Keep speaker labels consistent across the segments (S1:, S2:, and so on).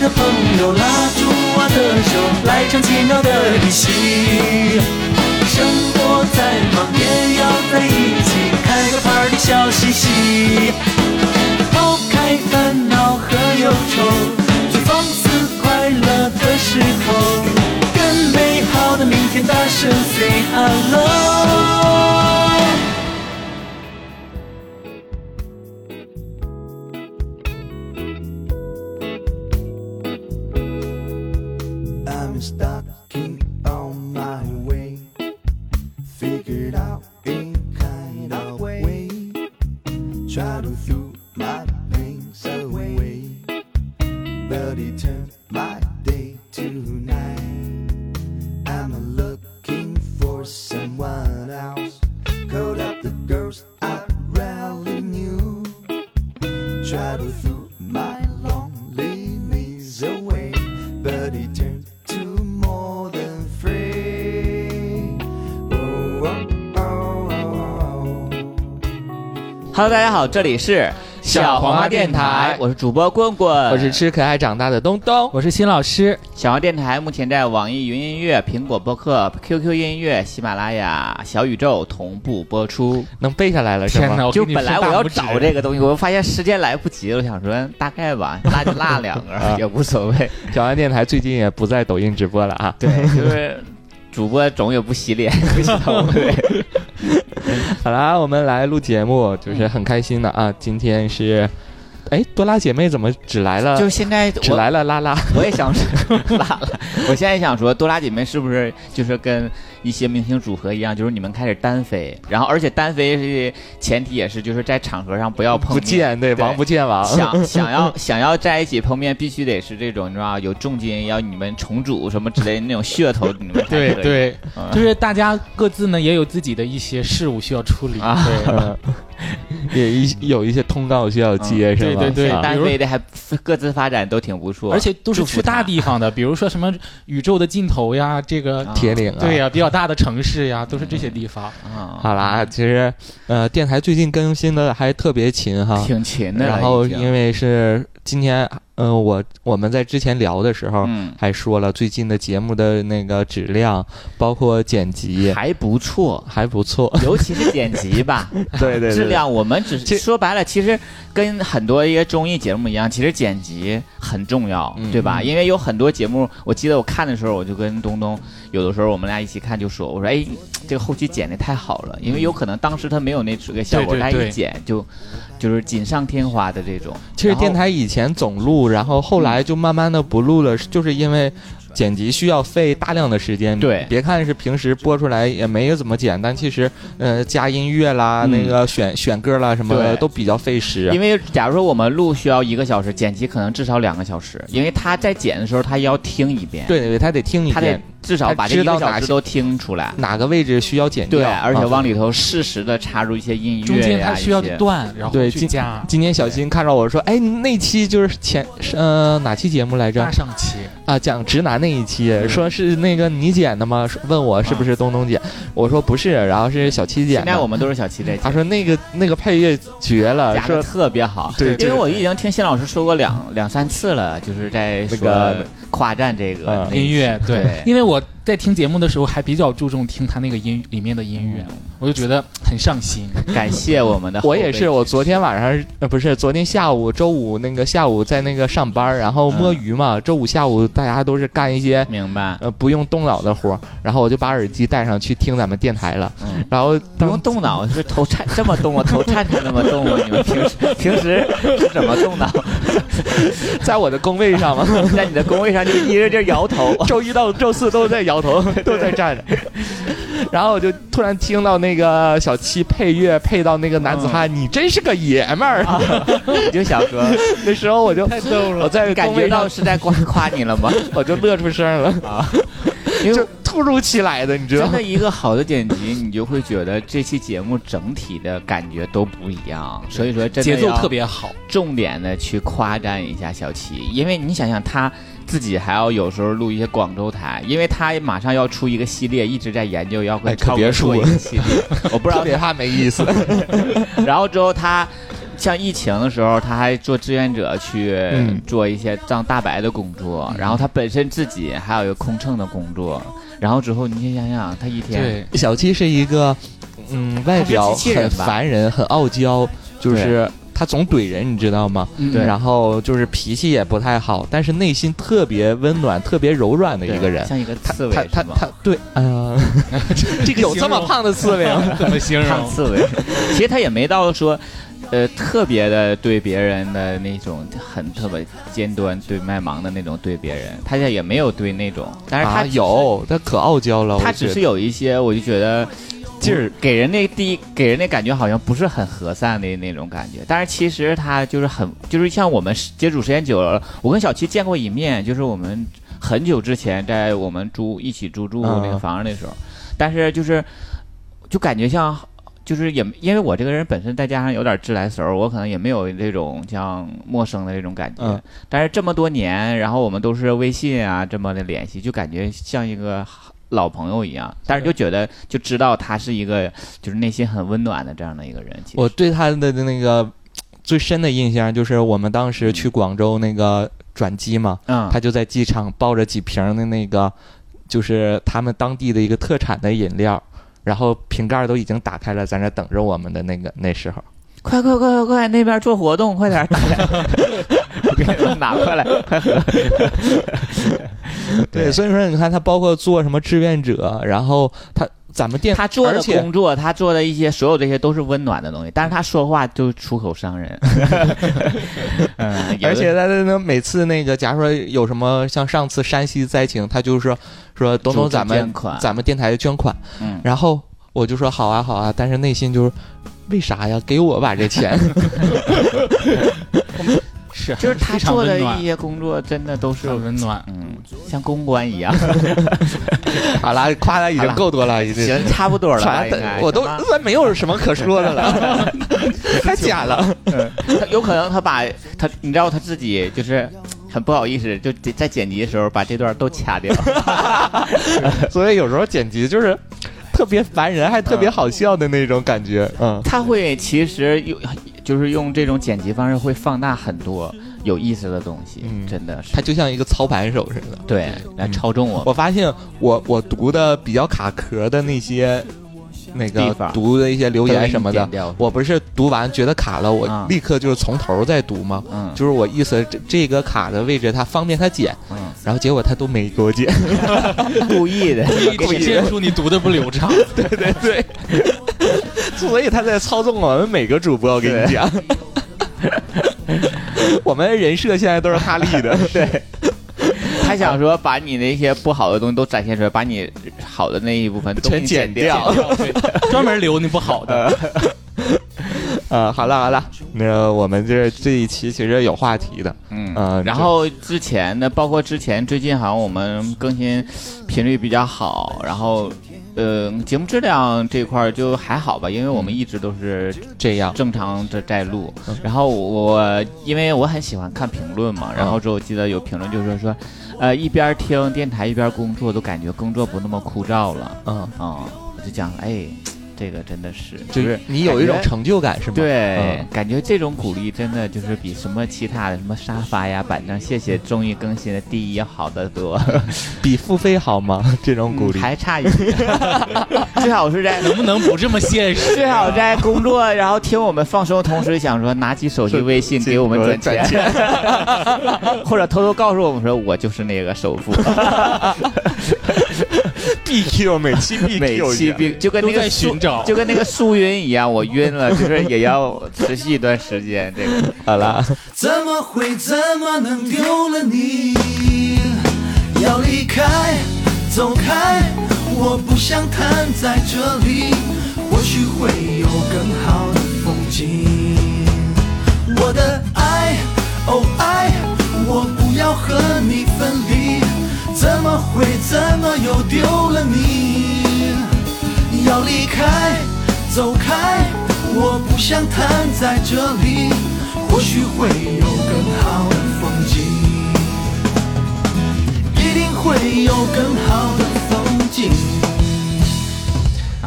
S1: 的朋友拉住我的手，来场奇妙的旅行。生活再忙也要在一起，开个 party 笑嘻嘻。抛开烦恼和忧愁，最放肆快乐的时候，跟美好的明天大声 say hello。
S2: I'm stuck on my way. Figured out a kind of way. Try to throw my things away. But it turned my day to night. I'm looking for someone else. Called up the girls I rarely knew. Try to throw my loneliness away, but it turned to more than free. Oh, oh, oh, oh, oh.
S3: Hello，大家好，这里是
S4: 小黄瓜电台
S3: 我是主播棍棍，
S4: 我是吃可爱长大的东东，
S5: 我是新老师，
S3: 小黄电台，目前在网易云音乐、苹果播客、QQ 音乐、喜马拉雅、小宇宙同步播出。
S4: 能背下来了是
S5: 天哪
S4: 吗？
S5: 我
S3: 就
S5: 跟你
S3: 本来
S5: 竖
S3: 我
S5: 大
S3: 要
S5: 拇指
S3: 找这个东西，我发现时间来不及了，我想说大概吧，落就落两个
S4: 啊
S3: 也无所谓。
S4: 小安电台最近也不在抖音直播了 啊。
S3: 对， 就是主播总也不洗 脸，不洗头，对，
S4: 好啦，我们来录节目，就是很开心的
S5: 嗯
S4: 啊。今天是，哎，多拉姐妹怎么只来了？
S3: 就是现在
S4: 啊只
S3: 我
S4: 来了拉拉，
S3: 我也想说拉了，我现在想说，多拉姐妹是不是就是跟一些明星组合一样，就是你们开始单飞，然后而且单飞是前提也是就是在场合上不要碰
S4: 不
S3: 面。
S4: 见对
S3: 对
S4: 王不见王。
S3: 想想要想要在一起碰面，必须得是这种，你知道吗有重金，要你们重组什么之类的那种噱头，你们才
S5: 对
S3: 可以
S5: 对
S3: 嗯，
S5: 就是大家各自呢也有自己的一些事务需要处理，
S3: 啊
S5: 对，
S4: 嗯 也一有一些通告需要接，是吗？
S5: 嗯对对对
S4: 啊
S5: 但
S3: 单飞的还各自发展都挺不错，
S5: 而且都是
S3: 祝福
S5: 去大
S3: 他
S5: 地方的，比如说什么宇宙的尽头呀，这个
S3: 啊
S4: 铁岭啊。
S5: 对呀、比较大的城市呀，都是这些地方。
S3: 啊，
S4: 好啦，其实呃，电台最近更新的还特别勤哈，
S3: 挺勤的了已经。
S4: 然后因为是今天，呃，我我们在之前聊的时候。
S3: 嗯
S4: 还说了最近的节目的那个质量，包括剪辑
S3: 还不错，
S4: 还不错。
S3: 尤其是剪辑吧，
S4: 对对
S3: 质量我们只
S4: 其
S3: 是说白了，其实跟很多一些综艺节目一样，其实剪辑很重要，
S4: 嗯
S3: 对吧？
S5: 嗯
S3: 因为有很多节目，我记得我看的时候，我就跟东东有的时候我们俩一起看，就说我说哎，这个后期剪的太好了，因为
S4: 嗯
S3: 有可能当时他没有那个效果，
S5: 对对
S3: 他一
S5: 对
S3: 剪就就是锦上添花的这种。
S4: 其实
S3: 然后
S4: 电台以前总录，然后后来就慢慢的不录了，就是因为剪辑需要费大量的时间。
S3: 对
S4: 别看是平时播出来也没有怎么剪，但其实呃加音乐啦，
S3: 嗯
S4: 那个选选歌啦什么的
S3: 对
S4: 都比较费时。
S3: 因为假如说我们录需要一个小时，剪辑可能至少两个小时，因为他在剪的时候他要听一遍，
S4: 对对对，他得听一
S3: 他得
S4: 遍
S3: 至少把这
S4: 他
S3: 一
S4: 知道
S3: 个小
S4: 哪
S3: 时
S4: 些
S3: 都听出来。
S4: 哪个位置需要剪掉，
S3: 对，而且
S4: 啊
S3: 往里头适时的插入一些音乐呀，
S5: 中间它需要
S3: 一些
S5: 断，然后
S4: 对
S5: 去
S4: 今
S5: 加
S4: 今天小新看着我说：“哎，那期就是前是呃哪期节目来着
S5: 大？上期，
S4: 啊，讲直男那一期，
S3: 嗯
S4: 说是那个你剪的吗？说问我是不是东东剪，我说不是，然后是小七剪
S3: 现在我
S4: 的。
S3: 们都是小七在
S4: 他说那个那个配乐绝了，
S3: 夹的
S4: 说
S3: 特别好，
S4: 对
S3: 因
S4: 对
S3: 为我已经听辛老师说过两两三次了，就是在
S4: 那
S3: 说
S4: 个
S3: 夸赞这个
S4: 嗯
S3: 那一
S5: 音乐
S3: 期
S5: 对，
S3: 对。
S5: 因为我在听节目的时候还比较注重听他那个音里面的音
S3: 嗯
S5: 乐，我就觉得很上心。
S3: 感谢我们的 后
S4: 我
S3: 辈，
S4: 也是，我昨天晚上呃不是昨天下午周五那个下午在那个上班，然后
S3: 嗯
S4: 摸鱼嘛，周五下午大家都是干一些
S3: 明白，
S4: 呃不用动脑的活儿，然后我就把耳机戴上去听咱们电台了，
S3: 嗯
S4: 然后
S3: 不
S4: 当
S3: 用动脑，是头颤这么动吗？头颤颤那么动吗？你们平时平时是怎么动脑？
S4: 在我的工位上嘛，
S3: 在你的工位上就一个劲儿摇头，
S4: 周一到周四都在摇 头，都在站着。然后我就突然听到那个小七配乐配到那个男子汉，你真是个爷们儿。
S3: 你就想说，
S4: 那时候我就啊太逗了，我在
S3: 感
S4: 工
S3: 觉
S4: 位
S3: 到
S4: 上
S3: 是在夸夸你了吗？
S4: 我就乐出声了，
S3: 因为
S4: 就突如其来的，你知道
S3: 真
S4: 吗
S3: 的？一个好的剪辑，你就会觉得这期节目整体的感觉都不一样，所以说真的
S5: 节奏
S3: 要
S5: 特别好，
S3: 重点的去夸赞一下小齐，因为你想想他自己还要有时候录一些广州台，因为他马上要出一个系列，一直在研究要
S4: 哎
S3: 跟
S4: 可
S3: 超
S4: 别
S3: 哥做
S4: 说
S3: 一个系列，我不知
S4: 特
S3: 道
S4: 别怕没意思。
S3: 然后之后他像疫情的时候，他还做志愿者去
S4: 嗯
S3: 做一些当大白的工作，然后他本身自己还有一个空乘的工作，然后之后你先想想，他一天
S5: 对，
S4: 小七是一个，嗯，外表
S3: 他是机器人
S4: 很
S3: 吧
S4: 烦人，很傲娇，就是他总怼人，你知道吗？
S5: 嗯
S3: 对
S4: 然后就是脾气也不太好，但是内心特别温暖、特别柔软的一个人。
S3: 像一个
S4: 他
S3: 刺猬
S4: 他他
S3: 是 吗
S4: 他对，哎呀，这个有这么胖的刺猬吗？
S5: 怎么形
S3: 胖
S5: 容？
S3: 刺猬， 其实他也没到说，呃，特别的对别人的那种很特别尖端、对麦芒的那种对别人，他也没有对那种，但是他
S4: 啊，
S3: 只是、
S4: 有，他可傲娇了。
S3: 他
S4: 我
S3: 只
S4: 觉
S3: 是
S4: 得
S3: 有一些，我就觉得
S4: 劲儿
S3: 给人那第一给人那感觉好像不是很和善的那种感觉，但是其实他就是很就是像我们接触时间久了，我跟小七见过一面，就是我们很久之前在我们租一起租住
S4: 嗯
S3: 那个房子那时候，但是就是就感觉像。就是也因为我这个人本身再加上有点自来熟，我可能也没有这种像陌生的这种感觉。
S4: 嗯
S3: 但是这么多年，然后我们都是微信啊这么的联系，就感觉像一个老朋友一样。但是就觉得就知道他是一个就是内心很温暖的这样的一个人。其实
S4: 我对他的那个最深的印象就是我们当时去广州那个转机嘛，
S3: 嗯，
S4: 他就在机场抱着几瓶的那个，就是他们当地的一个特产的饮料，然后瓶盖都已经打开了，在那等着我们的那个那 时候。
S3: 快快快快快，那边做活动，快 点打来，我给你们拿过来，快喝。对
S4: 所以说你看他包括做什么志愿者，然后他咱们店
S3: 他做
S4: 而
S3: 的
S4: 且
S3: 工作，他做的一些所有这些都是温暖的东西，但是他说话就出口伤 人。嗯，有的
S4: 而且他的那每次那个，假如说有什么像上次山西灾情，他就是说说
S3: 组
S4: 董董
S3: 织
S4: 咱们
S3: 捐款，
S4: 咱们电台捐款，
S3: 嗯，
S4: 然后我就说好啊好啊，但是内心就是为啥呀？给我吧 这钱。
S5: 是，
S3: 就是他
S5: 非常
S3: 做的
S5: 温暖
S3: 一些工作真的都是
S5: 很温暖。
S3: 嗯，像公关一样。
S4: 好啦，夸他已经够多了，已经。
S3: 行，差不多了吧，
S4: 反
S3: 应
S4: 正
S3: 该
S4: 我都
S3: 他妈
S4: 没有什么可说的了， 太假了。
S3: 他有可能他把他，你知道他自己就是很不好意思，就在剪辑的时候把这段都掐 掉。
S4: 所以有时候剪辑就是特别烦人，还特别好笑的那种感觉。嗯，
S3: 他会其实用就是用这种剪辑方式会放大很多有意思的东西，
S4: 嗯
S3: 真的是
S4: 他就像一个操盘手似的。
S3: 对来超重我们。
S4: 我发现我我读的比较卡壳的那些那
S3: 地
S4: 个
S3: 方
S4: 读的一些留言什
S3: 都
S4: 么
S3: 给
S4: 的
S3: 你剪掉，
S4: 我不是读完觉得卡了，我
S3: 啊
S4: 立刻就是从头再读嘛。
S3: 嗯
S4: 就是我意思，这这个卡的位置他方便他剪，
S3: 嗯，
S4: 然后结果他都没给 我剪。
S3: 故意的，
S5: 故 意显出你读的不流畅，
S4: 对对， 所以他在操纵我们每个主播。我跟 你讲，我们人设现在都是他立 的。对，
S3: 他想说把你那些不好的东西都展现出来，把你好的那一部分都给
S4: 全
S3: 你
S4: 剪
S3: 掉。
S4: 掉。
S5: 对专门留那不好
S3: 嗯
S5: 的。
S4: 呃，好了好了，那我们这这一期其实有话题的，
S3: 嗯
S4: 呃
S3: 然后之前的，包括之前最近好像我们更新频率比较好，然后呃节目质量这块儿就还好吧，因为我
S4: 嗯
S3: 们一直都是
S4: 这样
S3: 正常的在录。
S4: 嗯
S3: 然后我因为我很喜欢看评论嘛，然
S4: 嗯
S3: 后之后我记得有评论就说说，呃一边听电台一边工作，都感觉工作不那么枯燥了
S4: 嗯，
S3: 啊、我就讲哎，这个真的是就
S4: 就
S3: 是
S4: 是你有一种
S3: 感觉
S4: 成就感是吗？
S3: 对
S4: 嗯，
S3: 感觉这种鼓励真的就是比什么其他的什么沙发呀、板凳，谢谢终于更新的第一要好得多，
S4: 比付费好吗？ 这种鼓励，
S3: 还差一 点，最好是在。
S5: 能不能不这么现实啊？
S3: 最好在工作，然后听我们放松，同时想说拿起手机微信给我们转钱， 或者偷偷告诉我们说我就是那个首 富，
S4: B Q 每期 B
S3: 每期并就跟
S5: 都
S3: 那
S5: 在
S3: 个苏
S5: 寻找。
S3: 就跟那个苏云一样，我晕了，就是也要持续一段时间。这个
S4: 好了，
S1: 怎么会怎么能丢了你？要离开，走开，我不想瘫在这里，或许会有更好的风景。我的爱，哦爱，我不要和你分离，怎么会怎么又丢了你？要离开，走开，我不想瘫在这里，或许会有更好的风景，一定会有更好的风景。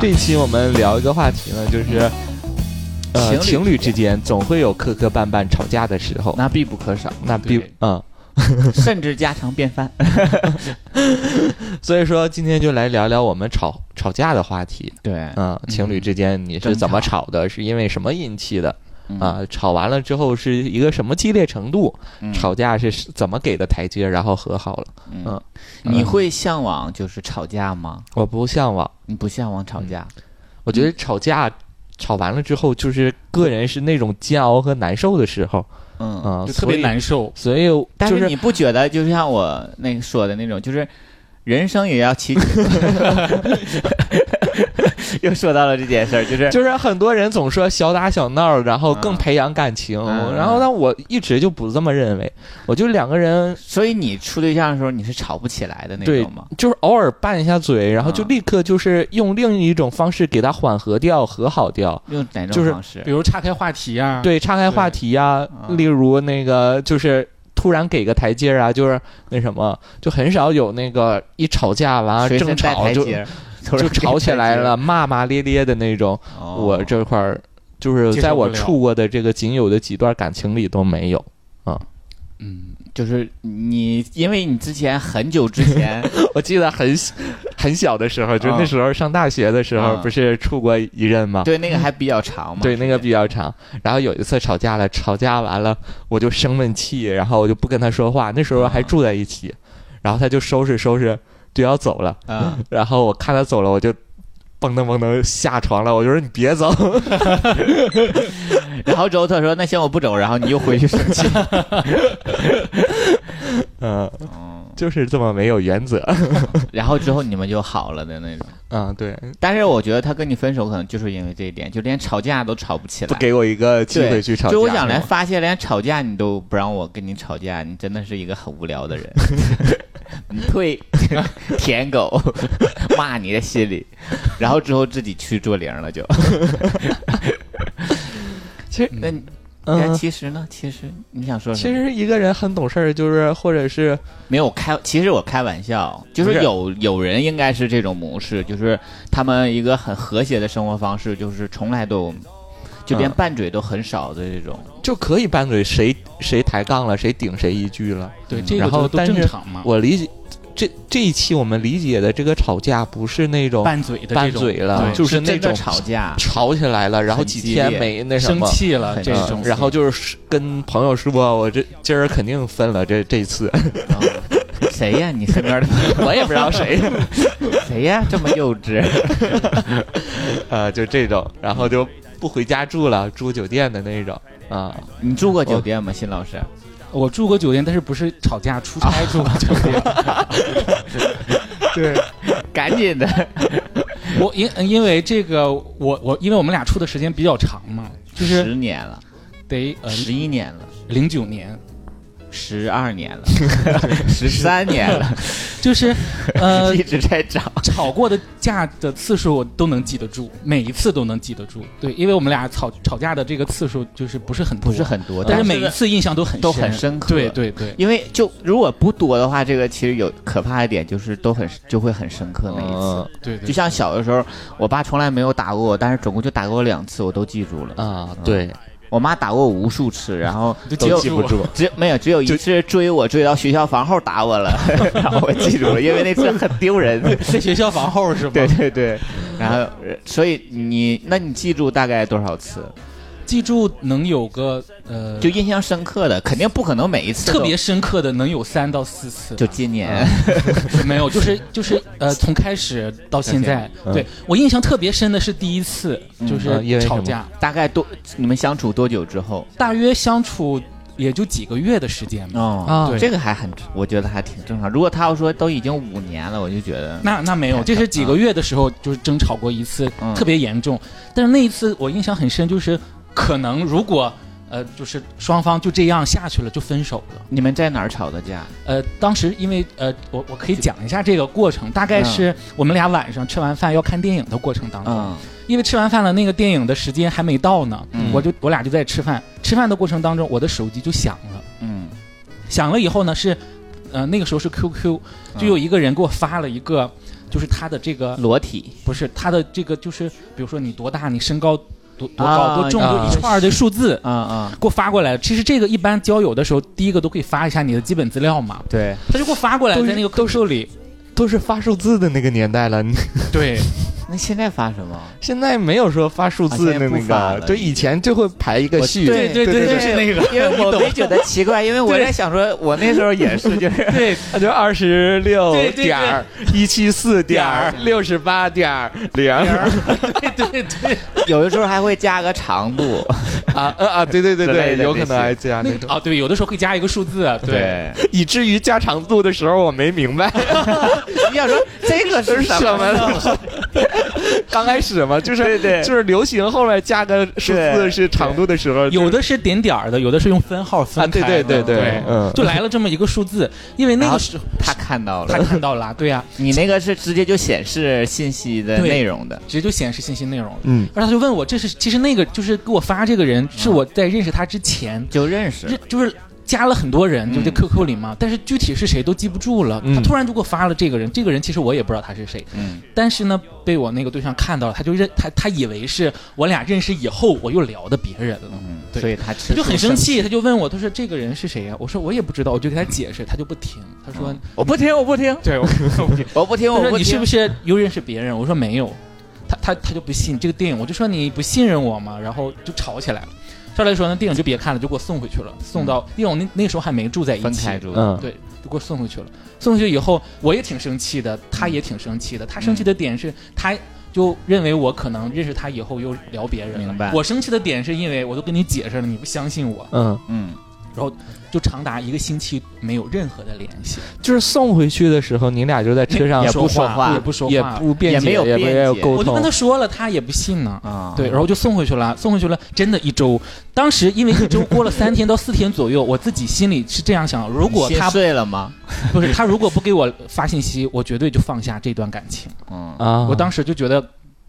S4: 这期我们聊一个话题呢，就是
S3: 情
S4: 呃
S3: 侣
S4: 情侣
S3: 之
S4: 之间总会有磕磕绊绊、吵架的时候，
S3: 那必不可少，
S4: 那必
S5: 对
S4: 嗯，
S3: 甚至家常便饭。
S4: 所以说今天就来聊聊我们吵吵架的话题。
S3: 对，
S4: 嗯，情侣之间你是怎么吵的？是因为什么引起的？啊，吵完了之后是一个什么激烈程度？
S3: 嗯
S4: 吵架是怎么给的台阶，然后和好了？
S3: 嗯
S4: 嗯，
S3: 你会向往就是吵架吗？
S4: 我不向往，
S3: 你不向往
S4: 嗯
S3: 吵架？
S4: 我
S3: 嗯
S4: 觉得吵架、吵完了之后，就是个人是那种煎熬和难受的时候
S3: 嗯，
S4: 啊，
S5: 就特
S4: 所
S5: 别
S4: 以。
S5: 难受。
S4: 所以就是，
S3: 但是你不觉得就像我那个说的那种，就是人生也要起起 伏伏，又说到了这件事儿，就是
S4: 就是很多人总说小打小闹，然后更
S3: 嗯
S4: 培养感情，
S3: 嗯
S4: 然后但我一直就不这么认为，我就两个人
S3: 所以你处对象的时候你是吵不起来的那
S4: 对
S3: 种吗？
S4: 就是偶尔拌一下嘴，然后就
S3: 嗯
S4: 立刻就是用另一种方式给他缓和掉、和好掉。
S3: 用哪
S4: 就
S3: 种
S4: 是
S3: 方式
S5: 比？如岔开话题啊，，
S4: 对，岔开话题呀、
S3: 嗯
S4: 例如那个就是突然给个台阶啊，就是那什么，就很少有那个一吵架完了
S3: 随
S4: 争
S3: 身带
S4: 啊吵
S3: 台
S4: 就
S3: 阶儿，
S4: 就吵起来了，。骂骂咧咧的那种。
S3: 哦
S4: 我这块儿就是
S5: 接
S4: 在
S5: 受不
S4: 我
S5: 了
S4: 处过的这个仅有的几段感情里都没有。
S5: 嗯，
S3: 就是你，因为你之前很久之 前
S4: 我记得很很小的时候，就
S5: 嗯
S4: 那时候上大学的时候，
S3: 嗯
S4: 不是处过一任吗？
S3: 对那个还比较长嘛，
S4: 对，那个
S3: 比
S4: 比较长。然后有一次吵架了，吵架完了我就生闷气，然后我就不跟他说话。那时候
S5: 嗯
S4: 还住在一起，然后他就收拾收拾就要走了，
S3: 啊，
S4: 然后我看他走了，我就。蹦噔蹦噔下床了，我就说你别走，
S3: 然后之后他说那行我不走，然后你又回去生气，
S4: 嗯，
S5: 哦
S3: 嗯，
S4: 就是这么没有原则，
S3: 然后之后你们就好了的那 种。
S4: 嗯，对，
S3: 但是我觉得他跟你分手可能就是因为这一点，就连吵架都吵不起来，
S4: 不给我一个机会
S3: 对
S4: 去吵架。
S3: 就我想来
S4: 是吗
S3: 发泄，连吵架你都不让我跟你吵架，你真的是一个很无聊 的人。你退， 舔狗， 骂你的心里，然后之后自己去做零了就。
S4: 其实
S3: 那你
S4: 嗯
S3: 那，其实呢？其实你想说什
S4: 其
S3: 么？
S4: 实一个人很懂事儿，就是或者是
S3: 没有开，其实我开玩笑，就
S4: 不
S3: 是
S4: 是
S3: 有有人应该是这种模式，就是他们一个很和谐的生活方式，就是从来都就连
S4: 嗯
S3: 拌嘴都很少的这种。
S4: 就可以拌嘴，谁谁抬杠了，谁顶谁一句了。
S5: 对，这个
S4: 然后
S5: 我觉得
S4: 但
S5: 都
S4: 是
S5: 正常嘛。
S4: 我理解，这这一期我们理解的这个吵架，不是那种
S5: 拌嘴的
S4: 拌
S5: 这种，
S4: 嘴了，
S5: 对
S4: 就是
S3: 呃真
S4: 那
S3: 的
S4: 种
S3: 吵架，
S4: 吵起来了，然后
S3: 很
S4: 几
S3: 激
S4: 天
S3: 烈
S4: 没那什
S5: 生
S4: 么。
S5: 气了
S3: 很
S5: 这
S3: 生
S5: 种
S4: 嗯，，然后就是跟朋友说，我这今儿肯定分了，这这次
S3: 啊 谁呀？你身边的
S4: 我也不知道谁，
S3: 谁呀？这么幼稚？
S4: 呃，就这种，然后就不回家住了，住酒店的那种啊，
S3: 你住过酒店吗，辛老师？
S5: 我住过酒店，但是不是吵架出差住过酒店。
S4: 对，
S3: 赶紧的，
S5: 我因因为这个，我我因为我们俩处的时间比较长嘛，就是
S3: 十年了，
S5: 得呃
S3: 十一年了，
S5: 零九年，
S3: 十二年 了，十三年了，
S5: 就是 呃
S3: 一直在找。
S5: 吵过的架的次数我都能记得住，每一次都能记得住。对，因为我们俩吵吵架的这个次数就是不是很多，
S3: 不是，很多，
S5: 但是
S3: 是
S5: 每一次印象都很
S3: 都很深刻
S5: 对对对，
S3: 因为就如果不多的话，这个其实有可怕的点就是都很就会很深刻每一次。
S4: 嗯
S5: 对对，
S3: 就像小的时候，我爸从来没有打过我，但是总共就打过我两次，我都记住了。
S4: 啊，对，
S3: 我妈打过我无数次，然后只有
S4: 都记不住，
S3: 只没有，只有一次追我，追到学校房后打我了， 然后我记住了，因为那次很丢人。
S5: 在学校房后是吗？
S3: 对对对，然后呃所以你，那你记住大概多少次？
S5: 记住能有个呃，
S3: 就印象深刻的，肯定不可能每一次都
S5: 特别深刻的能有三到四次，
S3: 就今
S4: 嗯
S3: 年，
S5: 没有，就是就是呃，从开始到现在，
S4: 嗯
S5: 对我印象特别深的是第一次，就
S4: 嗯因
S5: 是
S4: 为什
S5: 吵
S4: 么
S5: 架，
S3: 大概多你们相处多久之后？
S5: 大约相处也就几个月的时间嘛。
S3: 哦
S4: 啊
S5: 对
S3: 这个还很，我觉得还挺正常。如果他要说都已经五年了，我就觉得
S5: 那那没有，这是几个月的时候就是争吵过一次，
S3: 嗯
S5: 特别严重。但是那一次我印象很深，就是可能如果呃就是双方就这样下去了，就分手了。
S3: 你们在哪儿吵的架？
S5: 呃，当时因为呃我我可以讲一下这个过程，大概
S3: 嗯
S5: 是我们俩晚上吃完饭要看电影的过程当中，
S3: 嗯
S5: 因为吃完饭了，那个电影的时间还没到呢，
S3: 嗯
S5: 我就我俩就在吃饭。吃饭的过程当中，我的手机就响了，
S3: 嗯，
S5: 响了以后呢是，呃，那个时候是 QQ，
S3: 嗯
S5: 就有一个人给我发了一个，就是他的这个
S3: 裸体
S5: 不是他的这个就是，比如说你多大，你身高多多高、
S3: 啊
S5: 多重，
S4: 啊
S5: 就一串儿的数字
S3: 啊啊，
S5: 给我发过来。其实这个一般交友的时候，第一个都可以发一下你的基本资料嘛。
S3: 对，
S5: 他就给我发过来，
S4: 都是
S5: 在那个 QQ 里。
S4: 都是发数字的那个年代 了，你
S5: 对，
S3: 那现在发什么？
S4: 现在没有说发数字的
S3: 啊现在
S4: 那
S3: 不发
S4: 个，
S3: 了
S4: 就以前就会排一个序，
S3: 对
S5: 对
S4: 对
S5: 对是那个
S3: 因为我没觉得奇怪，因为我
S5: 对
S3: 在想说，我那时候也是，就是
S5: 对，
S4: 那就二十六
S5: 对对
S4: 点儿一七四点儿六十八 点儿零
S5: 对对对，
S3: 有的时候还会加个长度，
S4: 啊呃啊，对对对
S3: 之类
S4: 对，
S3: 的
S4: 有可能还这样
S5: 那
S4: 那
S5: 个
S4: 种，
S5: 哦，对，有的时候会加一个数字，啊对，
S3: 对，
S4: 以至于加长度的时候我没明白
S3: 你 想说这个
S4: 这
S3: 是
S4: 是
S3: 什么
S4: 什么
S3: 呢？
S4: 呢。 刚开始嘛，就是
S3: 对对
S4: 就是流行后面加个数字
S3: 对
S4: 是长度的时候，
S5: 有的是点点儿的，有的是用分号
S4: 啊
S5: 分开
S4: 对
S5: 的，
S4: 对对
S5: 对
S4: 嗯，
S5: 就来了这么一个数字，因为那个时候
S3: 他看到
S5: 他
S3: 了，
S5: 看到了，对呀、
S3: 你那个是直接就显示信息的
S5: 对
S3: 内容的，
S5: 直接就显示信息内容了。
S4: 嗯，
S5: 然后他就问我，这是其实那个就是给我发这个人是我在认识他之前，
S3: 就认识
S5: 认就是加了很多人，就在 QQ 里嘛，但是具体是谁都记不住了。
S4: 嗯
S5: 他突然就给我发了这个人，这个人其实我也不知道他是谁，
S3: 嗯
S5: 但是呢被我那个对象看到了，他就认他他以为是我俩认识以后我又聊的别人了。
S3: 嗯，
S5: 对
S3: 所以他
S5: 他
S3: 吃
S5: 就很
S3: 醋
S5: 生气，他就问我，他说这个人是谁啊呀、我说我也不知道，我就给他解释，他就不听。他说，
S3: 我不听，我不听，
S5: 对，我
S3: 我不听，
S5: 他
S3: 哦我
S5: 说
S3: 不
S5: 你是不
S3: 听。
S5: 是又认识别人？我说没有，他他他就不信这个电影，我就说你不信任我嘛，然后就吵起来了。吵起来的时候呢，电影就别看了，就给我送回去了，送到因为我那那时候还没住在一
S3: 嗯分
S5: 起，
S3: 开住，
S4: 嗯
S5: 对，就给我送回去了。送回去以后，我也挺生气的，他也挺生气的。他生气
S3: 嗯
S5: 的点是，他就认为我可能认识他以后又聊别人
S3: 明
S5: 了
S3: 白。
S5: 我生气的点是因为我都跟你解释了，你不相信我，
S4: 嗯，
S3: 嗯，
S5: 就长达一个星期没有任何的联系，
S4: 就是送回去的时候，你俩就在车上
S3: 也
S4: 说
S3: 不说话
S5: 也不说
S4: 也
S5: 话，
S4: 不辩
S3: 也
S4: 解，
S3: 没有
S4: 也
S3: 辩解
S4: 有沟
S5: 我就
S4: 通
S5: 跟他。说了，他也不信呢。
S3: 啊，
S5: 对，然后就送回去了，送回去了，真的一周。当时因为一周过了三天到四天左右，我自己心里是这样想：如果
S3: 心
S5: 他
S3: 碎了吗？
S5: 不是他如果不给我发信息，我绝对就放下这段感情。
S3: 嗯，
S4: 啊
S5: 我当时就觉得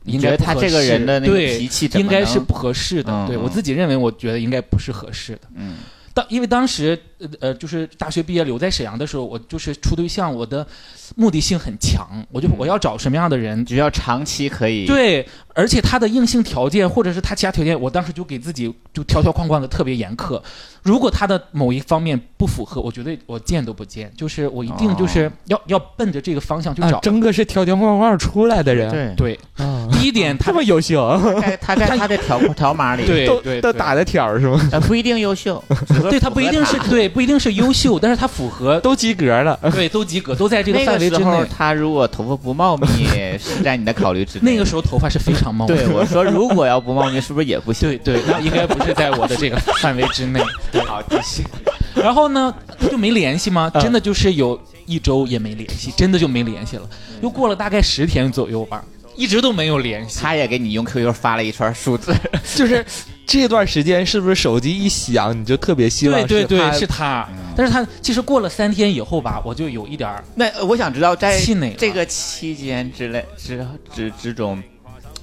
S5: 应
S3: 你觉
S5: 该
S3: 得
S5: 不合
S3: 他
S5: 适，
S3: 这个人的那个
S5: 对
S3: 脾气怎么
S5: 应该
S3: 能
S5: 是不合适的。
S3: 嗯
S5: 对
S3: 嗯
S5: 我自己认为，我觉得应该不是合适的。
S3: 嗯
S5: 当因为当时呃呃，就是大学毕业留在沈阳的时候，我就是处对象，我的目的性很强，我就
S3: 嗯
S5: 我要找什么样的人，
S3: 只要长期可以
S5: 对，而且他的硬性条件或者是他其他条件，我当时就给自己就条条框框的特别严苛。如果他的某一方面不符合，我绝对我见都不见，就是我一定就是
S3: 哦
S5: 要、要奔着这个方向去
S4: 啊
S5: 找。
S4: 征哥是条条框框出来的人，
S3: 对，
S5: 对，嗯
S4: 啊，
S5: 第 一点他
S4: 这么优秀，
S3: 在他在他的条条码里，
S5: 对
S4: 都
S5: 对
S4: 都
S5: 对
S4: 打的条儿是 吗？
S3: 呃，不一定优秀，
S5: 对他不一定是对不一定是优秀，但是他符合
S4: 都及格了，
S5: 对都及格，都在这
S3: 那
S5: 范
S3: 个
S5: 围
S3: 时
S5: 之
S3: 候
S5: 内。
S3: 他如果头发不茂密，是在你的考虑之内。
S5: 那个时候头发是非常茂密的，
S3: 对我说，如果要不茂密，是不是也不行？
S5: 对对，那应该不是在我的这个范围 之内。好，继续。然后呢，他就没联系吗？
S4: 嗯
S5: 真的就是有一周也没联系，真的就没联系了。又过了大概十天左右吧，一直都没有联系。
S3: 他也给你用 QQ 发了一串数 字，
S4: 就是这段时间是不是手机一响你就特别希望
S5: 对对对，
S4: 他
S5: 是他。但是他其实过了三天以后吧，我就有一点儿
S3: 那呃我想知道，在
S5: 气馁了
S3: 这个期间之类之之之中，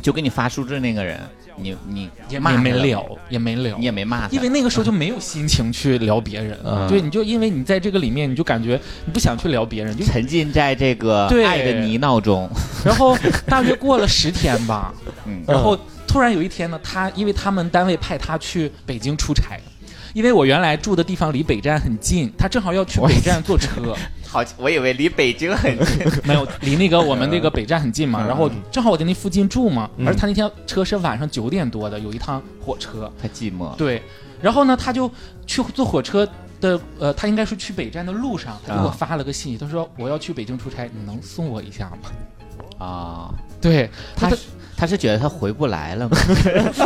S3: 就给你发数字那个人，你你
S5: 也
S3: 骂
S5: 也
S3: 他
S5: 没
S3: 了
S5: 聊，也没聊
S3: 你，也没骂他，
S5: 因为那个时候就没有心情去聊别人。
S4: 嗯
S5: 对，你就因为你在这个里面，你就感觉你不想去聊别人，就
S3: 沉浸在这个
S5: 对
S3: 爱的泥淖中。
S5: 然后大约过了十天吧，
S3: 嗯
S5: 然后突然有一天呢，他因为他们单位派他去北京出差，因为我原来住的地方离北站很近，他正好要去北站坐车，
S3: 好，我以为离北京很近。
S5: 没有离那个我们那个北站很近嘛，然后正好我在那附近住嘛，
S4: 嗯
S5: 而他那天车是晚上九点多的，有一趟火车，
S3: 他寂寞，
S5: 对，然后呢他就去坐火车。的呃，他应该是去北站的路上，他给我
S3: 啊
S5: 发了个信息，他说我要去北京出差，你能送我一下吗？
S3: 啊，
S5: 对，
S3: 他
S5: 他
S3: 是他是觉得他回不来 了吗？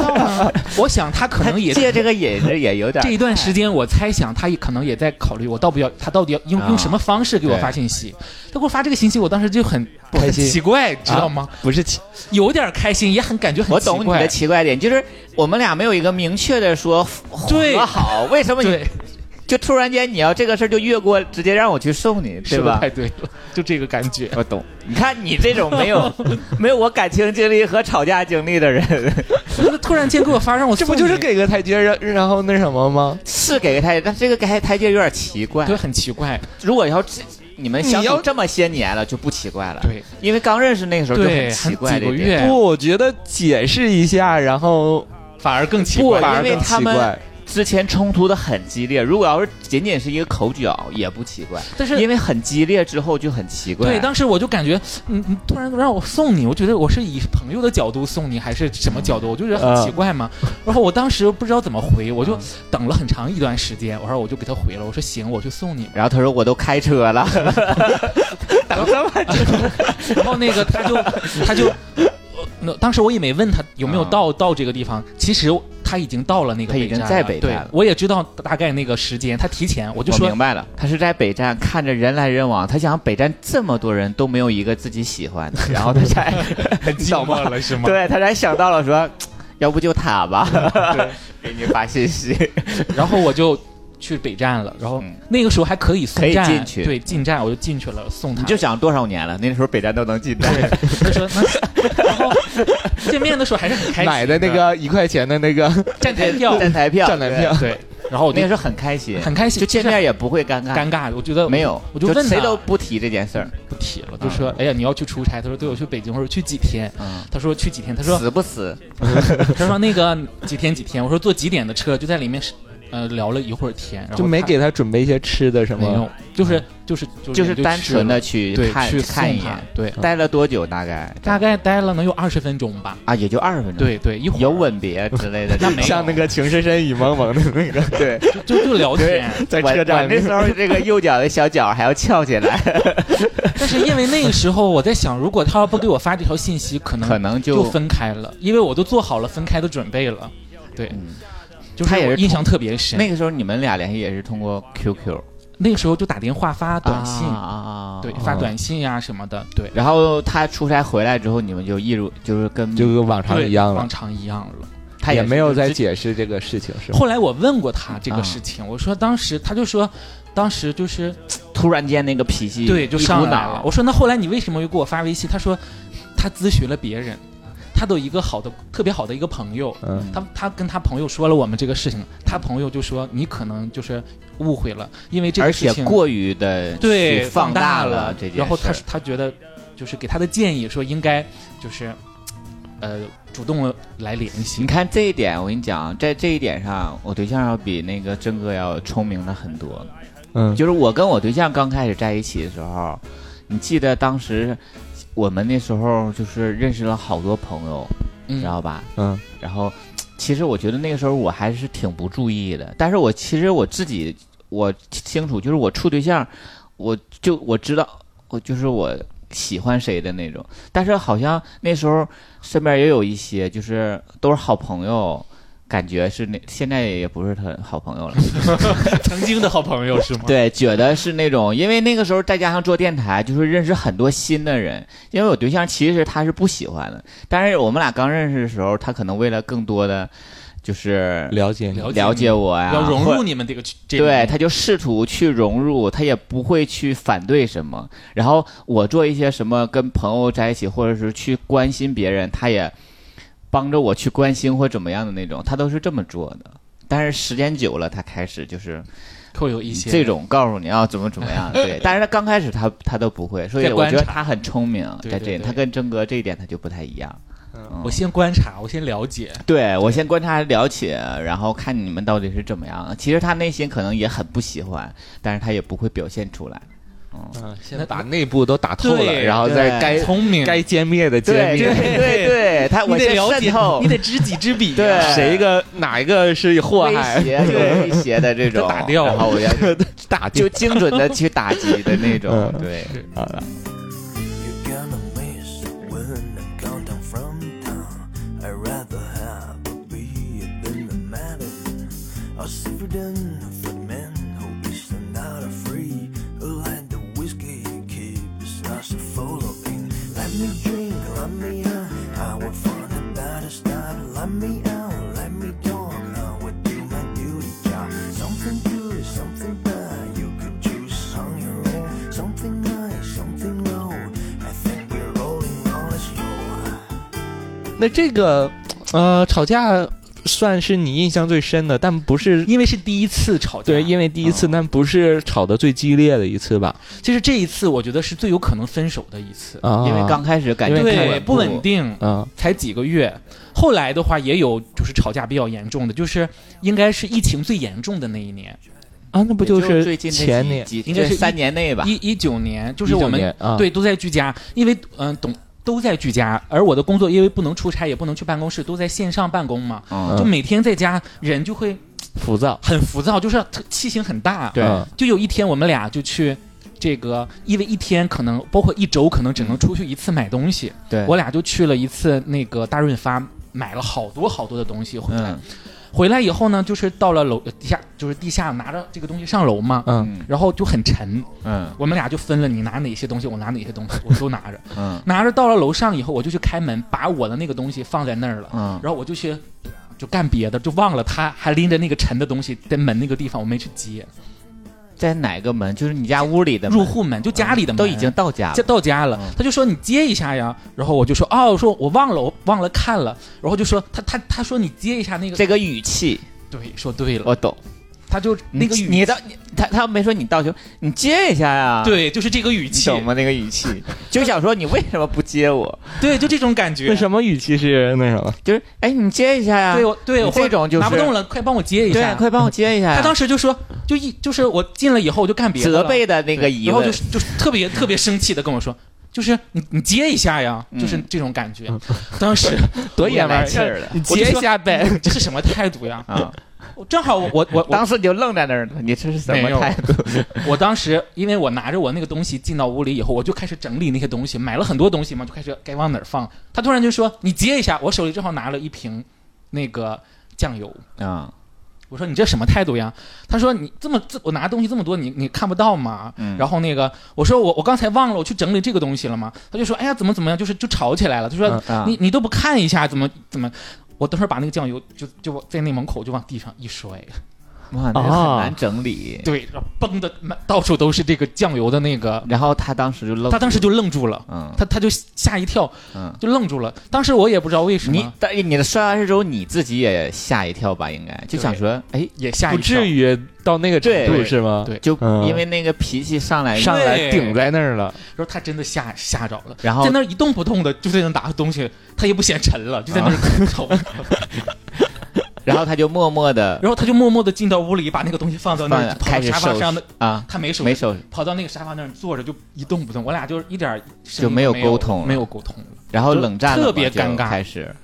S5: 我想他可能也
S3: 借这个哎引子也有点
S5: 这一段时间，我猜想他也可能也在考虑，我到不要他到底要用
S3: 啊
S5: 用什么方式给我发信息？他给我发这个信息，我当时就很
S4: 不开心
S5: 很奇怪，知道吗？
S4: 不是起
S5: 有点开心，也很感觉很
S3: 啊我
S5: 奇怪。
S3: 懂你的奇怪点，就是我们俩没有一个明确的说
S5: 对
S3: 和好， 为什么你
S5: 对，
S3: 就突然间你要这个事儿就越过，直接让我去送你，对
S5: 说得
S3: 吧
S5: 太？对了，就这个感觉。
S3: 我懂，你看你这种没 有没有我感情经历和吵架经历的 人，
S5: 他突然间给我发，让我
S4: 这不
S5: 送
S4: 就是
S5: 你
S4: 给个台阶然 然后那什么吗？
S3: 是给个台阶，但这个台台阶有点奇怪
S5: 对。很奇怪，
S3: 如果要这你们相
S4: 你要
S3: 处这么些年了，就不奇怪了。
S5: 对
S3: 因为刚认识那个时候就
S5: 对，
S3: 奇
S5: 很
S3: 怪
S5: 几
S3: 这
S5: 个
S3: 点。
S5: 月
S4: 不，我觉得解释一下，然后
S5: 反而更奇
S3: 不，
S5: 怪。
S4: 反而
S3: 因为
S4: 更
S3: 他
S4: 奇
S3: 们
S4: 怪。
S3: 之前冲突的很激烈，如果要是仅仅是一个口角也不奇怪，
S5: 但是
S3: 因为很激烈之后就很奇怪。
S5: 对，当时我就感觉，你你突然让我送你，我觉得我是以朋友的角度送你，还是什么角度？我就觉得
S3: 呃
S5: 很奇怪嘛。然后我当时不知道怎么回，我
S3: 嗯
S5: 就等了很长一段时间。我说我就给他回了，我说行，我去送你。
S3: 然后他说我都开车了，等这么久
S5: 然后那个他就他就，呃那当时我也没问他有没有到、到这个地方，其实他已经到了那个
S3: 嗯他
S5: 北
S3: 已
S5: 站
S3: 经
S5: 了
S3: 在北站
S5: 对
S3: 了
S5: 我也知道大概那个时间，他提前，我就
S3: 我
S5: 说
S3: 明白了，他是在北站看着人来人往，他想北站这么多人都没有一个自己喜欢的，然后他才 你懂吗？
S5: 了是吗？
S3: 对，他才想到了说，要不就他吧， 给你发信息。
S5: 然后我就去北站了，然后
S3: 嗯
S5: 那个时候还可以送
S3: 可以
S5: 站，
S3: 进去嗯
S5: 对，进站我就进去了，送他。
S3: 你就想多少年了，那时候北站都能进站，
S5: 他说那，然后见面的时候还是很开心，
S4: 买的那个一块钱的那个
S5: 站台票，
S3: 站台票，
S4: 站台票，
S5: 对，然后我
S3: 对，
S5: 就
S3: 那时候很开心，
S5: 很开心，
S3: 就见面也不会尴
S5: 就是
S3: 尬，
S5: 很尴尬，我觉得
S3: 没有，
S5: 我就问他
S3: 谁都不提这件事儿，
S5: 不提了，就说哎呀你要去出差，他说对我去北京，我说去几天，
S3: 嗯，
S5: 他说去几天，他说
S3: 死不死？
S5: 他说那个几天几天，我说坐几点的车，就在里面是呃聊了一会儿天，然后
S4: 就没
S5: 他
S4: 给他准备一些吃的什
S5: 没有
S4: 么。，
S5: 就是就是就
S3: 就是单纯的去
S5: 去了
S3: 看
S5: 对去
S3: 看一
S5: 送他
S3: 眼，，
S5: 对，
S3: 待了多久？大概
S5: 大概待了能有二十分钟吧，
S3: 啊，也就二十分钟，，
S5: 对对，一会儿
S3: 有吻别之类的，
S5: 那没有
S4: 像那个《情深深雨蒙蒙》的那个，
S3: 对，
S5: 就就聊天，
S4: 在
S3: 我
S4: 车
S3: 我
S4: 站
S3: 那时候这个右脚的小脚还要翘起 来，
S5: 但是因 为那个时候我在想，如果他要不给我发这条信息，可能
S3: 可能嗯
S5: 就
S3: 就
S5: 分开了，因为我都做好了分开的准备了。对，
S3: 嗯
S5: 就是
S3: 他也
S5: 我
S3: 是
S5: 印象特别深。
S3: 那个时候你们俩联系也是通过 QQ
S5: 那个时候就打电话发啊短信，
S3: 啊啊啊，
S5: 对，
S3: 啊
S5: 发短信呀、什么的，对，
S3: 然后他出差回来之后，你们就一如就是跟
S4: 就跟往常
S5: 对
S4: 一样了
S5: 往，常一样了。
S3: 他
S4: 也
S3: 是
S4: 没有再
S3: 之
S4: 解释这个事情，是吗？
S5: 后来我问过他这个事
S3: 啊
S5: 情，我说当时他就说，当时就是
S3: 突然间那个脾气
S5: 对就
S3: 一股
S5: 上来了。
S3: 脑
S5: 我说那后来你为什么又给我发微信？他说他咨询了别人，他的一个好的特别好的一个朋友，
S4: 嗯，
S5: 他他跟他朋友说了我们这个事情，他朋友就说你可能就是误会了，因为这
S3: 而
S5: 个事
S3: 且
S5: 情
S3: 过于的
S5: 对
S3: 放
S5: 放大
S3: 了这件事，
S5: 然后他他觉得就是给他的建议说应该就是呃主动来联
S3: 你
S5: 系，
S3: 看这一点，我跟你讲，在这一点上，我对象要比那个真哥要聪明的很多。
S4: 嗯，
S3: 就是我跟我对象刚开始在一起的时候，你记得当时我们那时候就是认识了好多朋友，
S5: 嗯
S3: 知道吧？
S4: 嗯，
S3: 然后其实我觉得那个时候我还是挺不注意的，但是我其实我自己我清楚，就是我处对象，我就我知道我就是我喜欢谁的那种，但是好像那时候身边也有一些就是都是好朋友。感觉是那现在也不是他好朋友了，
S5: 曾经的好朋友是吗？
S3: 对，觉得是那种，因为那个时候再加上做电台，就是认识很多新的人。因为我对象其实他是不喜欢的，但是我们俩刚认识的时候，他可能为了更多的就是
S4: 了解你，
S5: 了解
S3: 了解我呀，
S5: 要融
S3: 啊或
S5: 入你们这个这个
S3: 对，他就试图去融入，他也不会去反对什么。然后我做一些什么，跟朋友在一起，或者是去关心别人，他也帮着我去关心或怎么样的那种，他都是这么做的。但是时间久了，他开始就是
S5: 会有一些
S3: 这种告诉你要怎么怎么 样，对。但是他刚开始他他都不会，所以
S5: 在
S3: 我
S5: 观
S3: 觉得
S5: 察
S3: 他很聪明，
S5: 对
S3: 在
S5: 对
S3: 这一点
S5: 对
S3: 他跟真哥这一点他就不太一样。
S5: 我先观察，我先了解，
S3: 对我先观察了解，然后看你们到底是怎么样。其实他内心可能也很不喜欢，但是他也不会表现出来。
S4: 嗯，先把内部都打透了，
S5: 对
S4: 然后再
S3: 对
S4: 该
S5: 聪明，
S4: 该歼灭的歼
S3: 对对
S4: 灭，
S3: 对对，他
S5: 你
S3: 我
S5: 得
S3: 先
S5: 了解
S3: 渗透，
S5: 你得知己知彼、啊，
S3: 对
S4: 谁个哪一个是祸害
S3: 威，胁有威胁的这种，
S5: 打掉
S3: 然后 我要
S4: 打
S3: 就精准的去打击的那种，
S4: 嗯
S3: 对。
S4: 好了。
S2: You're gonna miss when I'm gone down from town. I'd rather have a beer than a madam. I'll sit for them for the men who is not a free. Let the whiskey keep us us following. Let me drink, let me out. I will find the baddest time. Let me out, let me talk. I will do my duty job. Something good, something bad. You could choose on your own. Something nice, something low. I think we're rolling on a show.
S4: 那这个呃，吵架算是你印象最深的，但不是
S5: 因为是第一次吵架。
S4: 对，因为第一次，但不是吵得最激烈的一次吧？
S5: 其实这一次我觉得是最有可能分手的一次，
S4: 啊，
S3: 因为刚开始感觉太
S5: 对，不稳
S3: 定。
S5: 定，
S4: 啊，
S5: 才几个月。后来的话也有就是吵架比较严重的，就是应该是疫情最严重的那一年，
S4: 啊，那不
S3: 也就
S4: 就是
S3: 最近这
S4: 前
S3: 几
S4: 年？
S3: 几
S5: 应该是
S3: 这
S5: 一
S3: 三年内吧？
S5: 一一九年，就是我
S4: 19
S5: 们
S4: 年
S3: 嗯
S4: 啊
S5: 对，都在居家，因为嗯、懂都在居家，而我的工作因为不能出差，也不能去办公室，都在线上办公嘛，
S3: 嗯
S5: 就每天在家人就会
S4: 浮躁，
S5: 很浮躁，就是特气性很大。
S3: 对
S4: 嗯
S5: 就有一天我们俩就去这个，因为一天可能包括一周可能只能出去一次买东西，
S3: 嗯对，
S5: 我俩就去了一次那个大润发。买了好多好多的东西回来，
S3: 嗯
S5: 回来以后呢，就是到了楼地下，就是地下拿着这个东西上楼嘛，
S4: 嗯
S3: 嗯
S5: 然后就很沉，
S3: 嗯
S5: 我们俩就分了，你拿哪些东西，我拿哪些东西， 我都拿着。
S3: 嗯
S5: 拿着到了楼上以后，我就去开门，把我的那个东西放在那儿了，
S3: 嗯，
S5: 然后我就去就干别的，就忘了他还拎着那个沉的东西在门那个地方，我没去接
S3: 在哪个门？就是你家屋里的门
S5: 入户门，就家里的门
S3: 都已经到家
S5: 接
S3: 了。
S5: 到家了
S3: 嗯，
S5: 他就说你接一下呀，然后我就说哦，我说我忘了，我忘了看了，然后就说他他他说你接一下那个，
S3: 这个语气
S5: 对，说对了，
S3: 我懂，
S5: 他就那个
S3: 你
S5: 语
S3: 你到你他他没说你到球，你接一下呀。，
S5: 对，就是这个语
S3: 你
S5: 气，
S3: 懂吗？那个语气就想说你为什么不接我？
S5: 对，就这种感觉
S4: 那，什么语气是那什么？
S3: 就是哎，你接一下呀。
S5: 对我对
S3: 你
S5: 我
S3: 这种就是
S5: 拿不动了，快帮我接一下，
S3: 对，快帮我接一下呀。
S5: 他当时就说，就一就是我进来以后我就干别的了
S3: 责备的那个疑
S5: 然后
S3: 问
S5: 就，是就是特别特别生气的跟我说，就是你你接一下呀，
S3: 嗯
S5: 就是这种感觉。当时
S4: 多爷们
S3: 来
S4: 儿，
S3: 气儿了
S4: 你接一下呗。
S5: 这是什么态度呀？
S3: 啊！
S5: 我正好我我我我
S3: 当时你就愣在那儿了，你这是什
S5: 没
S3: 么
S5: 有
S3: 态度？
S5: 我当时因为我拿着我那个东西进到屋里以后，我就开始整理那些东西，买了很多东西嘛，就开始该往哪儿放。他突然就说你接一下，我手里正好拿了一瓶那个酱油。
S3: 啊，
S5: 我说你这什么态度呀？他说你这么这我拿东西这么多，你你看不到吗？
S3: 嗯
S5: 然后那个我说我我刚才忘了我去整理这个东西了吗？他就说哎呀怎么怎么样，就是就吵起来了。他说、
S3: 嗯啊
S5: 你你都不看一下怎么怎么？我等会儿把那个酱油就就在那门口就往地上一摔，
S3: 哇，那个
S4: 哦
S3: 很
S5: 啊
S3: 难整理。
S5: 对，然后崩的满到处都是这个酱油的那个，
S3: 然后他当时就愣，
S5: 他当时就愣住了，
S3: 嗯
S5: 他他就吓一跳，
S3: 嗯，
S5: 就愣住了。当时我也不知道为什
S3: 你
S5: 么，
S3: 但你的摔完之后你自己也吓一跳吧，应该就想说，哎，
S5: 也吓
S4: 不
S5: 一跳
S4: 至，于到那个程度
S3: 对
S4: 是吗？
S5: 对
S3: 就
S4: 嗯
S3: 因为那个脾气上来，
S4: 上来
S5: 对
S4: 顶在那儿了，
S5: 然后他真的吓吓着了。
S3: 然后
S5: 在那儿一动不动的，就在那打东西，他也不嫌沉了，就在那
S3: 啊
S5: 儿瞅。
S3: 然后他就默默的
S5: 然后他就默默的进到屋里，把那个东西放到那儿，
S3: 放
S5: 就跑
S3: 开
S5: 到
S3: 始
S5: 沙发
S3: 收
S5: 上
S3: 拾
S5: 的，
S3: 啊，
S5: 他没手，
S3: 没收拾，
S5: 跑到那个沙发那儿坐着，就一动不动。我俩就是一点儿
S3: 就
S5: 声音都
S3: 没
S5: 没
S3: 有沟通了
S5: 没有沟通了
S3: 然后冷战了嘛，
S5: 特别尴尬
S3: 就开始，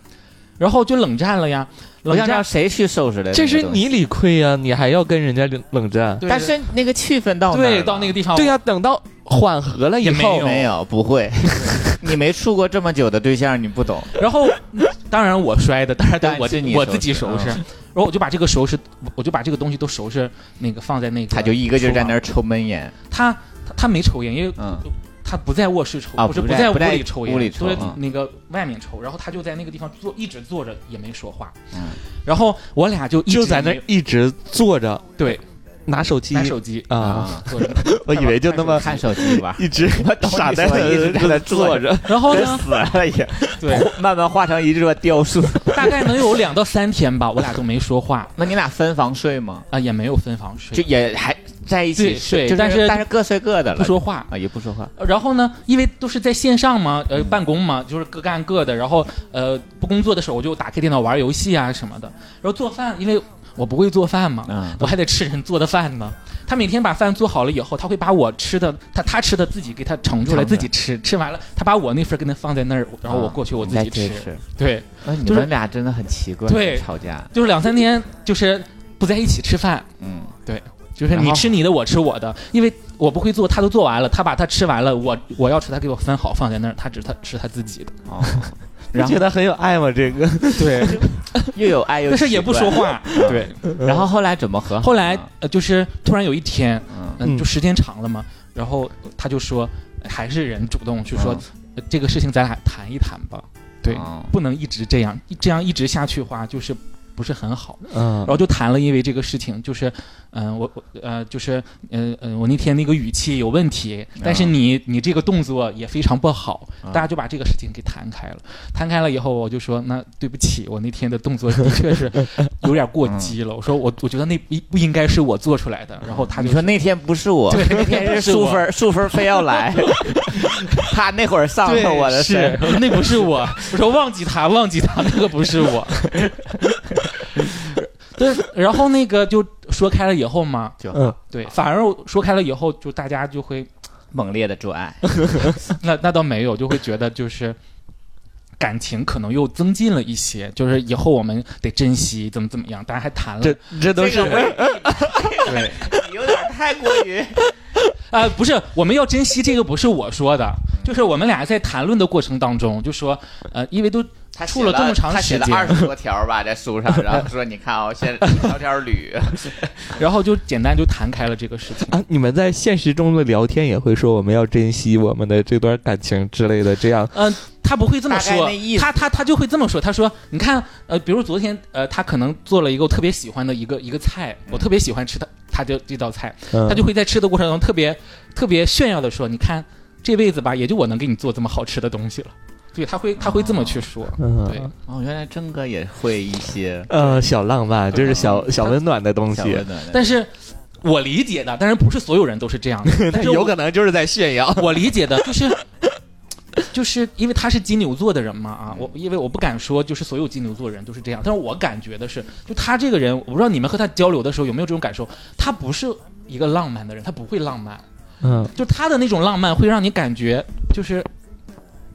S5: 然后就冷战了呀，
S3: 我
S5: 冷
S3: 想知道
S5: 战。
S3: 谁去收拾的，
S4: 这是你，理亏呀、你还要跟人家冷冷战。
S5: 对
S3: 但是那个气氛到
S5: 对到那个
S3: 地
S5: 地方，
S4: 对呀、等到缓和了以
S5: 哦也没
S4: 后，
S3: 没有不 会，你没处过这么久的对象，你不懂，
S5: 然后当然我摔的，当然
S3: 但
S5: 我
S3: 是
S5: 自
S3: 你
S5: 我
S3: 收
S5: 自己
S3: 拾
S5: 收拾，
S3: 嗯
S5: 然后我就把这个收拾，我就把这个东西都收拾那个放在那个，
S3: 他就一个劲儿在那
S5: 儿，
S3: 儿抽闷烟，
S5: 他他他没抽烟，因为
S3: 嗯
S5: 他不在卧室抽，
S3: 啊
S5: 不是
S3: 不在
S5: 在屋
S3: 不在
S5: 里抽烟，
S3: 屋里抽
S5: 都在
S3: 啊
S5: 那个外面抽。然后他就在那个地方坐，一直坐着也没说话。
S3: 嗯
S5: 然后我俩就一直
S4: 就在那
S5: 没
S4: 儿一直坐着
S5: 对
S4: 拿手机
S5: 拿手机嗯
S4: 啊，，
S5: 坐着。
S4: 我以为就那么。
S3: 看手机玩
S4: 一 直
S3: 懂你
S4: 傻呆
S3: 说
S4: 呆
S3: 一直在
S4: 地
S3: 那儿坐
S4: 着，
S5: 然后
S3: 真
S5: 呢，
S3: 死了也，
S5: 对，
S3: 慢慢化成一座雕塑。
S5: 大概能有两到三天吧，我俩都没说话
S3: 那你俩分房睡吗？
S5: 啊，也没有分房
S3: 就
S5: 睡，
S3: 也还在一起
S5: 对
S3: 睡，
S5: 睡
S3: 就是
S5: 但是
S3: 但是各睡各的了，
S5: 不说话。
S3: 啊，也不说话，
S5: 然后呢，因为都是在线上嘛，呃，
S3: 嗯
S5: 办公嘛，就是各干各的。然后呃，不工作的时候我就打开电脑玩游戏啊什么的。然后做饭，因为我不会做饭嘛，
S3: 嗯
S5: 我还得吃人做的饭呢。他每天把饭做好了以后，他会把我吃的，他他吃的自己给他
S3: 盛
S5: 盛出
S3: 出
S5: 来
S3: 来
S5: 自己吃，吃完了他把我那份给他放在那儿，然后我
S3: 啊
S5: 过去我
S3: 你
S5: 自
S3: 再
S5: 己
S3: 接
S5: 吃。
S3: 着吃。
S5: 对，
S3: 啊，你
S5: 就是
S3: 们俩真的很奇怪，
S5: 对
S3: 吵架，
S5: 就是两三天就是不在一起吃饭，
S3: 嗯，
S5: 就是
S3: 然后
S5: 你吃你的，我吃我的，因为我不会做，他都做完了，他把他吃完了，我我要吃他给我分好放在那儿，他只他吃他自己的。
S3: 哦，
S4: 你
S3: 然后
S4: 觉得很有爱吗？这个
S5: 对，
S3: 又有爱又，
S5: 但是也不 说。话。
S3: 啊
S5: 对，
S3: 然后后来怎么和好？
S5: 后来呃，就是突然有一天，
S3: 啊嗯，
S5: 嗯，
S4: 嗯
S5: 就时间长了嘛，然后他就说，还是人主动去
S3: 啊
S5: 说、呃这个事情，咱俩谈一谈吧。对，
S3: 嗯哦
S5: 不能一直这样，一这样一直下去的话，就是不是很好，
S4: 嗯
S5: 然，后就谈了因为这个事情，就是嗯、我我呃就是嗯嗯、呃我那天那个语气有问题，但是你你这个动作也非常不好，
S3: 啊
S5: 大家就把这个事情给谈开了。谈开了以后，我就说那对不起，我那天的动作的确是有点过激了。我说我我觉得那不不应该是我做出来的。然后他就
S3: 你说那天不是我，
S5: 对
S3: 那天是淑芬，淑芬非要来， 他那会儿上
S5: 对
S3: 了啊我的
S5: 是
S3: 身，，
S5: 我说那不是我，我说忘记他，忘记他，那个不是我。对，然后那个就说开了以后嘛，
S3: 就
S4: 嗯
S5: 对，反而我说开了以后，就大家就会，
S3: 猛烈的做爱，
S5: 那那倒没有，就会觉得就是感情可能又增进了一些，就是以后我们得珍惜，怎么怎么样，大家还谈了，
S4: 这这都是
S3: 这个 我也
S5: 对，
S3: 你有点太过 于
S5: 啊、不是，我们要珍惜这个，不是我说的，就是我们俩在谈论的过程当中，就说，呃，因为都
S3: 他
S5: 处了这么长
S3: 他写
S5: 时
S3: 了
S5: 间
S3: 二十多条吧，在书上，然后说你看啊、 我先条条捋，
S5: 然后就简单就谈开了这个事情。
S4: 啊，你们在现实中的聊天也会说我们要珍惜我们的这段感情之类的，这样
S5: 嗯、他不会这么
S3: 大
S5: 说
S3: 概那意，思
S5: 他他他就会这么说。他说：“你看，呃，比如昨天，呃，他可能做了一个我特别喜欢的一个一个菜，
S3: 嗯
S5: 我特别喜欢吃他他的这道菜，
S4: 嗯
S5: 他就会在吃的过程中特别特别炫耀的说：‘你看，这辈子吧，也就我能给你做这么好吃的东西了。’对，他会他会这么去说。对
S4: 嗯，
S3: 哦，原来真哥也会一些
S4: 呃，小浪漫，这是小小温暖的东
S3: 小
S4: 西
S3: 温，暖的，
S5: 但是我理解的，当然不是所有人都是这样的， 但
S4: 但
S5: 是
S4: 有
S5: 我
S4: 可能就是在炫耀。
S5: 我理解的就是。就是因为他是金牛座的人嘛啊，我因为我不敢说就是所有金牛座人都是这样，但是我感觉的是，就他这个人，我不知道你们和他交流的时候有没有这种感受，他不是一个浪漫的人，他不会浪漫，
S4: 嗯，
S5: 就他的那种浪漫会让你感觉就是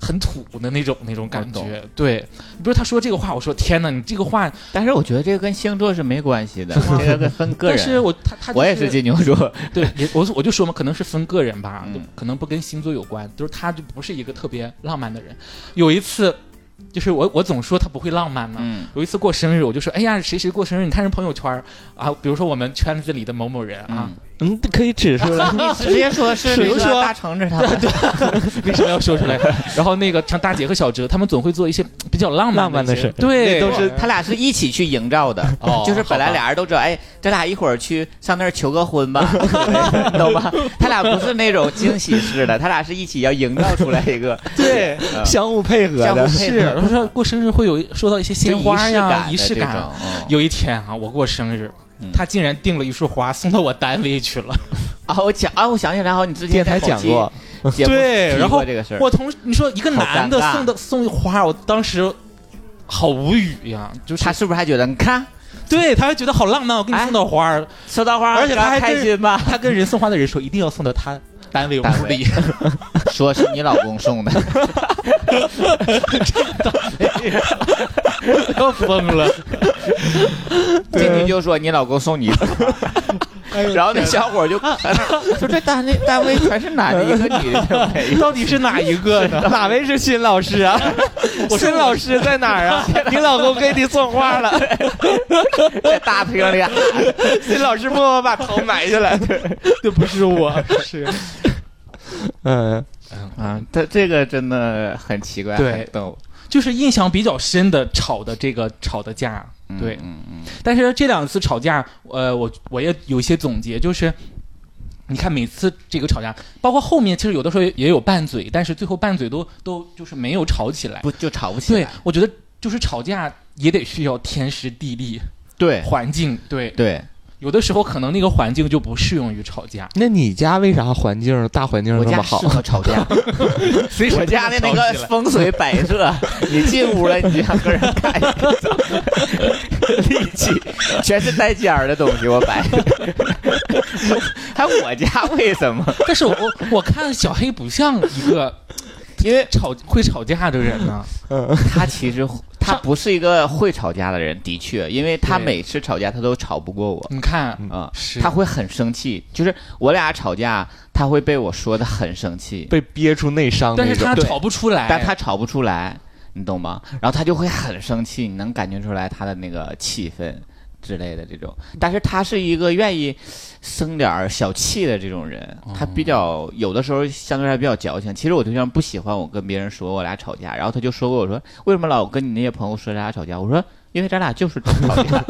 S5: 很土的那种那种感
S3: 我
S5: 觉。对，比如他说这个话，我说天哪，你这个话，
S3: 但是我觉得这个跟星座是没关系的，这个跟分个
S5: 但
S3: 人。
S5: 是我他他、就
S3: 我也是金牛座，
S5: 对，也我我就说嘛，可能是分个人吧，
S3: 嗯
S5: 就可能不跟星座有关，就是他就不是一个特别浪漫的人。有一次，就是我我总说他不会浪漫嘛。
S3: 嗯，
S5: 有一次过生日，我就说，哎呀，谁谁过生日？你看人朋友圈儿啊，比如说我们圈子里的某某人啊，
S4: 嗯，可以指出来。
S3: 你直接说是
S5: 比
S3: 那
S5: 如
S3: 个
S5: 说
S3: 大橙子他 们，
S5: 为什么要说出来？然后那个像大姐和小哲，他们总会做一些比较浪漫
S4: 浪漫的
S5: 节
S4: 事
S5: 目
S3: 那
S5: 对，
S3: 都是他俩是一起去营造的，
S5: 哦
S3: 就是本来俩人都知道，哎，咱俩一会儿去上那儿求个 婚吧，你懂吧？他俩不是那种惊喜式的，他俩是一起要营造出来一个
S4: 对，
S3: 嗯
S4: 相互配合
S3: 相
S4: 的
S3: 互。配
S5: 是，然后说过生日会有收到一些鲜花呀，
S3: 就
S5: 仪
S3: 仪式
S5: 式感
S3: 的。这种。嗯有
S5: 有一天啊，我过生日
S3: 嗯，
S5: 他竟然订了一束花送到我单位去了。
S3: 啊，我讲啊，我想起来，好，你之前
S4: 电台
S3: 在
S4: 讲过，
S3: 某期节目
S5: 对
S3: 提
S5: 然
S3: 过
S5: 后
S3: 这个事儿，
S5: 我同事你说一个男的
S3: 好尴尬
S5: 送的送花，我当时好无语呀，就是
S3: 他是不是还觉得你看
S5: 对他还觉得好浪漫，我给你
S3: 哎
S5: 送到花儿，
S3: 收到花，
S5: 而且他还
S3: 开
S5: 真
S3: 心吧？
S5: 他跟人送花的人说一定要送到他单 位
S3: 单
S5: 屋
S3: 位
S5: 里，
S3: 说是你老公 送的，
S5: 要疯 了。
S3: 进去就说你老公送你的，
S5: 哎
S3: 然后那
S5: 啊
S3: 小伙就在那儿 说这单位单位全是男的，一个女 的就没有。
S5: 到底是 哪一个呢？
S4: 哪位是新老师啊？
S5: 我
S4: 新老师在哪儿 啊？你老公给你送花了。
S3: 在 大厅里，啊
S4: 新老师默默把头埋下 来。
S5: 这不是我，是
S4: 嗯，
S3: 啊，他这个真的很奇怪，
S5: 对
S3: 很逗。
S5: 就是印象比较深的吵的这个吵的架。
S3: 嗯
S5: 对
S3: 嗯嗯，
S5: 但是这两次吵架，呃，我我也有一些总结，就是你看每次这个吵架，包括后面其实有的时候也有拌嘴，但是最后拌嘴都都就是没有吵起来。
S3: 不就吵不起
S5: 对
S3: 来？，
S5: 我觉得就是吵架也得需要天时地利
S3: 对
S5: 环境，对，
S3: 对，
S5: 有的时候可能那个环境就不适用于吵架。
S4: 那你家为啥环境大环境
S3: 我
S4: 那
S3: 家
S4: 么好
S3: 适？合吵 架，
S5: 所以
S3: 我家的那个风水摆设， 你进屋了，你就想跟人干一个， 力气全是带尖儿的东西，我 摆。还我家为什么？
S5: 但是我我看小黑不像一个
S3: 因为
S5: 吵会吵架的人呢。
S3: 他其实他不是一个会吵架的人，的确，因为他
S5: 对
S3: 每次吵架他都吵不过我
S5: 你看，
S3: 啊、
S5: 是
S3: 他会很生气，就是我俩吵架，他会被我说的很生气，
S4: 被憋出内伤
S5: 但
S4: 那
S5: 是
S4: 种
S5: 他。吵不出来，
S3: 但他吵不出来，你懂吗？然后他就会很生气，你能感觉出来他的那个气氛之类的这种。但是他是一个愿意生点儿小气的这种人，他比较有的时候相对来说比较矫情。其实我对象不喜欢我跟别人说我俩吵架，然后他就说过我说为什么老跟你那些朋友说咱俩吵架？我说因为咱俩就是吵架。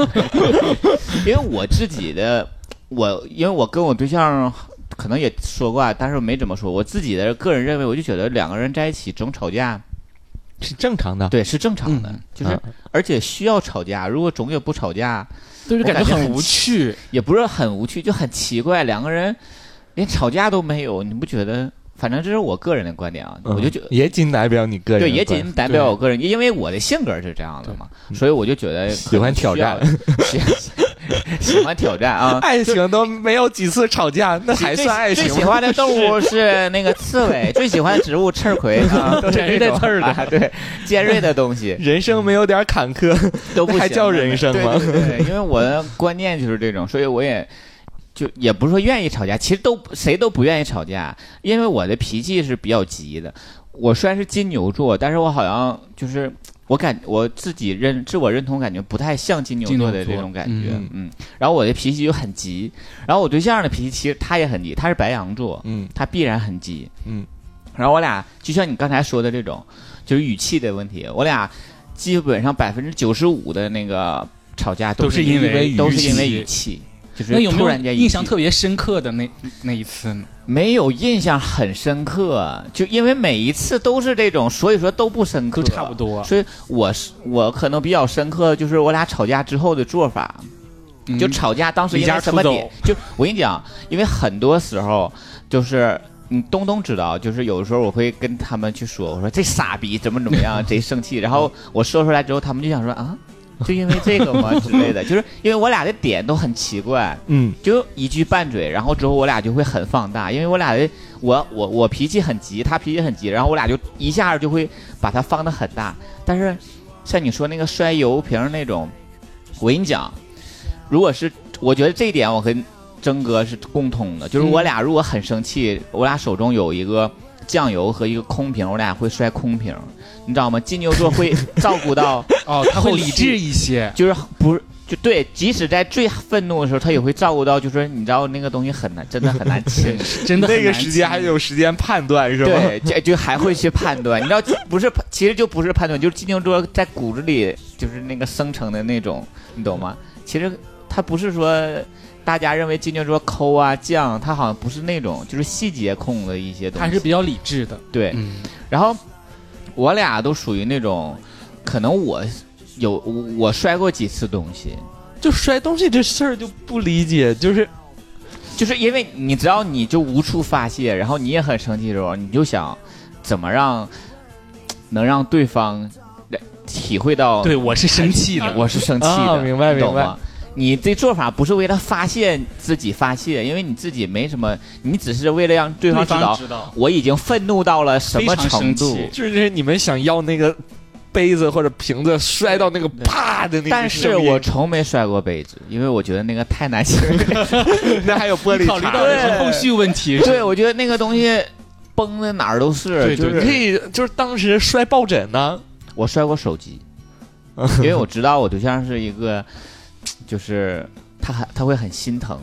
S3: 因为我自己的，我因为我跟我对象可能也说过，啊，但是没怎么说。我自己的个人认为，我就觉得两个人在一起总吵
S4: 啊
S3: 架，
S4: 是正常的。
S3: 对，是正常的，
S5: 嗯
S4: 啊
S3: 就是而且需要吵架。如果总也不吵架，
S5: 就是
S3: 我
S5: 感
S3: 感觉
S5: 很
S3: 很
S5: 无趣。
S3: 也不是很无趣，就很奇怪，两个人连吵架都没有，你不觉得？反正这是我个人的观点啊，
S4: 嗯
S3: 我就觉
S4: 也仅代表你个人的
S3: 对，
S4: 观
S3: 也
S4: 点，
S3: 仅代表我个人，因为我的性格是这样的嘛，所以我就觉得
S4: 喜欢挑战
S3: 可能需要， 喜喜欢挑战啊。
S4: 爱情都没有几次吵架，那还算爱情
S3: 最
S4: 吗？
S3: 喜欢的动物是那个刺猬，最喜欢的植物刺儿葵 啊，
S4: 都是这种
S3: 尖锐刺儿的啊，对，尖锐的东西
S4: 人生没有点坎坷，
S3: 都不行
S4: 那还叫人生吗
S3: 对对对，因为我 的观念就是这种，所以我也。就也不是说愿意吵架，其实都谁都不愿意吵架，因为我的脾气是比较急的。我虽然是金牛座，但是我好像就是我感我自己认自我认同感觉不太像金牛
S5: 金牛
S3: 座的这
S5: 座
S3: 种感觉，
S4: 嗯
S3: 嗯。然后我的脾气就很急，然后我对象的脾气其实他也很急，他是白羊座，
S4: 嗯
S3: 他必然很急。
S4: 嗯，
S3: 然后我俩就像你刚才说的这种，就是语气的问题，我俩基本上百分之九十五的那个吵架
S5: 都
S3: 是
S5: 是因为
S3: 都
S5: 语
S3: 是因为
S5: 气
S3: 语气，就是
S5: 那有没
S3: 突然
S5: 有
S3: 间
S5: 印象
S3: 语气
S5: 特别深刻的那那一次呢？
S3: 没有印象很深刻，就因为每一次都是这种，所以说都不深刻，
S5: 都差不多
S3: 所以我是我可能比较深刻的就是我俩吵架之后的做法，
S5: 嗯
S3: 就吵架当时因
S5: 离家
S3: 为什么
S5: 出走
S3: 点？就我跟你讲，因为很多时候就是。你东东知道，就是有时候我会跟他们去说，我说这傻逼怎么怎么样，贼生气。然后我说出来之后，他们就想说啊，就因为这个吗之类的，就是因为我俩的点都很奇怪，
S4: 嗯
S3: 就一句拌嘴，然后之后我俩就会很放大，因为我俩的我我我脾气很急，他脾气很急，然后我俩就一下就会把它放得很大。但是像你说那个摔油瓶儿那种，我跟你讲，如果是我觉得这一点我跟征哥是共通的，就是我俩如果很生气，我俩手中有一个酱油和一个空瓶，我俩会摔空瓶儿，你知道吗？金牛座会照顾到，
S5: 哦，他会
S3: 后
S5: 理
S3: 续
S5: 智一些，
S3: 就是不是。就对，即使在最愤怒的时候，他也会照顾到，就是你知道那个东西很难，真的很难 切。
S5: 真的很
S4: 那个
S5: 难
S4: 时间
S5: 记
S4: 还有时间判断是吧？
S3: 对，就就还会去判断，你知道，不是，其实就不是判断，就是金牛座在骨子里就是那个生成的那种，你懂吗？其实他不是说大家认为金牛座抠啊犟，他好像不是那种，就是细节控的一些东
S5: 他是
S3: 西。
S5: 比较理智的。
S3: 对，
S5: 嗯，
S3: 然后我俩都属于那种，可能我有我我摔过几次东西，
S4: 就摔东西这事儿就不理解，就是
S3: 就是因为你知道你就无处发泄，然后你也很生气的时候，你就想怎么让能让对方来体会到
S5: 哦对，我是生气的，
S3: 我是生气的，
S4: 啊明白
S3: 你懂
S4: 明
S3: 吗？你这做法不是为了发泄自己发泄，因为你自己没什么，你只是为了让对方知道
S5: 知道。
S3: 我已经愤怒到了什么
S5: 非常
S3: 程
S5: 生气
S3: 度。
S4: 就是你们想要那个杯子或者瓶子摔到那个啪的那个声音，
S3: 但是我从没摔过杯子，因为我觉得那个太难形容。
S4: 那还有玻璃
S5: 考虑
S4: 碴
S5: 到
S4: 儿，
S5: 的是后续问题，
S3: 对，我觉得那个东西崩的哪儿都是，
S5: 对
S3: 就是
S4: 你可以就是当时摔抱枕呢，
S3: 我摔过手机，因为我知道我对象是一个，就是他很他会很心疼。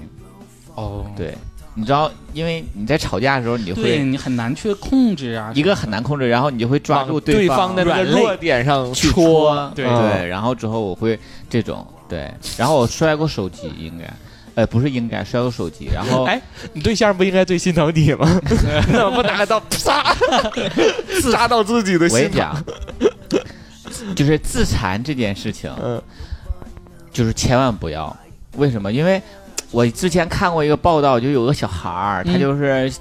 S5: 哦，
S3: 对，你知道，因为你在吵架的时候，你就
S5: 对
S3: 会
S5: 你很难去控制啊，
S3: 一个很难控制，然后你就会抓
S4: 往
S3: 住
S4: 对
S3: 方
S4: 的那个
S3: 软肋
S4: 弱点上
S3: 去
S4: 戳，
S3: 对
S4: 嗯
S3: 对，然后之后我会这种对，然后我摔过手机应该。呃，不是应该摔过手机，然后
S4: 哎，你对象不应该最心疼你吗？怎 么不拿个刀啪扎到自己的
S3: 我跟
S4: 心
S3: 你
S4: 上？
S3: 讲， 就是自残这件事情，
S4: 嗯
S3: 就是千万不要。为什么？因为我之前看过一个报道，就有个小孩儿，他
S5: 嗯
S3: 就是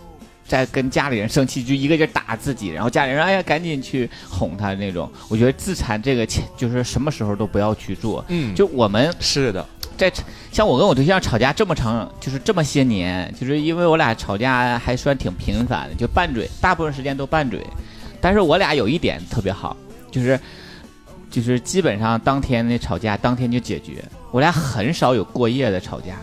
S3: 在跟家里人生气，就一个劲儿打自己，然后家里人说哎呀赶紧去哄他那种。我觉得自残这个切就是什么时候都不要去做。
S4: 嗯，
S3: 就我们
S4: 是的，
S3: 在像我跟我对象吵架这么长，就是这么些年，就是因为我俩吵架还算挺频繁的，就拌嘴，大部分时间都拌嘴。但是我俩有一点特别好，就是就是基本上当天那吵架当天就解决，我俩很少有过夜的吵架，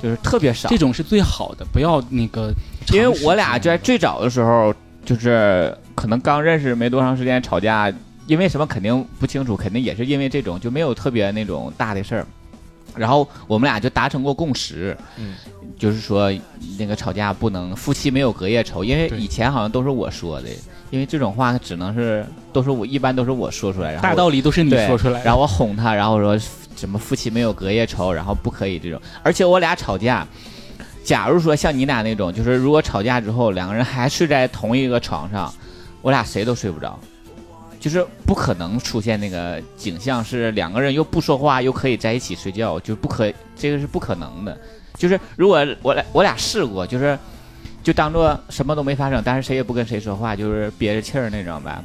S3: 就是特别少
S5: 这。种是最好的，不要那个长时间
S3: 因
S5: 的，
S3: 为我俩在最早的时候，就是可能刚认识没多长时间吵架，因为什么肯定不清楚，肯定也是因为这种就没有特别那种大的事儿。然后我们俩就达成过共识，
S4: 嗯
S3: 就是说那个吵架不能夫妻没有隔夜仇，因为
S6: 对
S3: 以前好像都是我说的，因为这种话只能是都是我一般都是我说出来，然后
S6: 大
S3: 我
S6: 道理都是你
S3: 对
S6: 说出来的，
S3: 然后我哄他，然后我说什么夫妻没有隔夜仇，然后不可以这种。而且我俩吵架，假如说像你俩那种，就是如果吵架之后两个人还睡在同一个床上，我俩谁都睡不着，就是不可能出现那个景象，是两个人又不说话又可以在一起睡觉，就不可这个是不可能的。就是如果我俩我俩试过，就是就当做什么都没发生，但是谁也不跟谁说话，就是憋着气儿那种吧。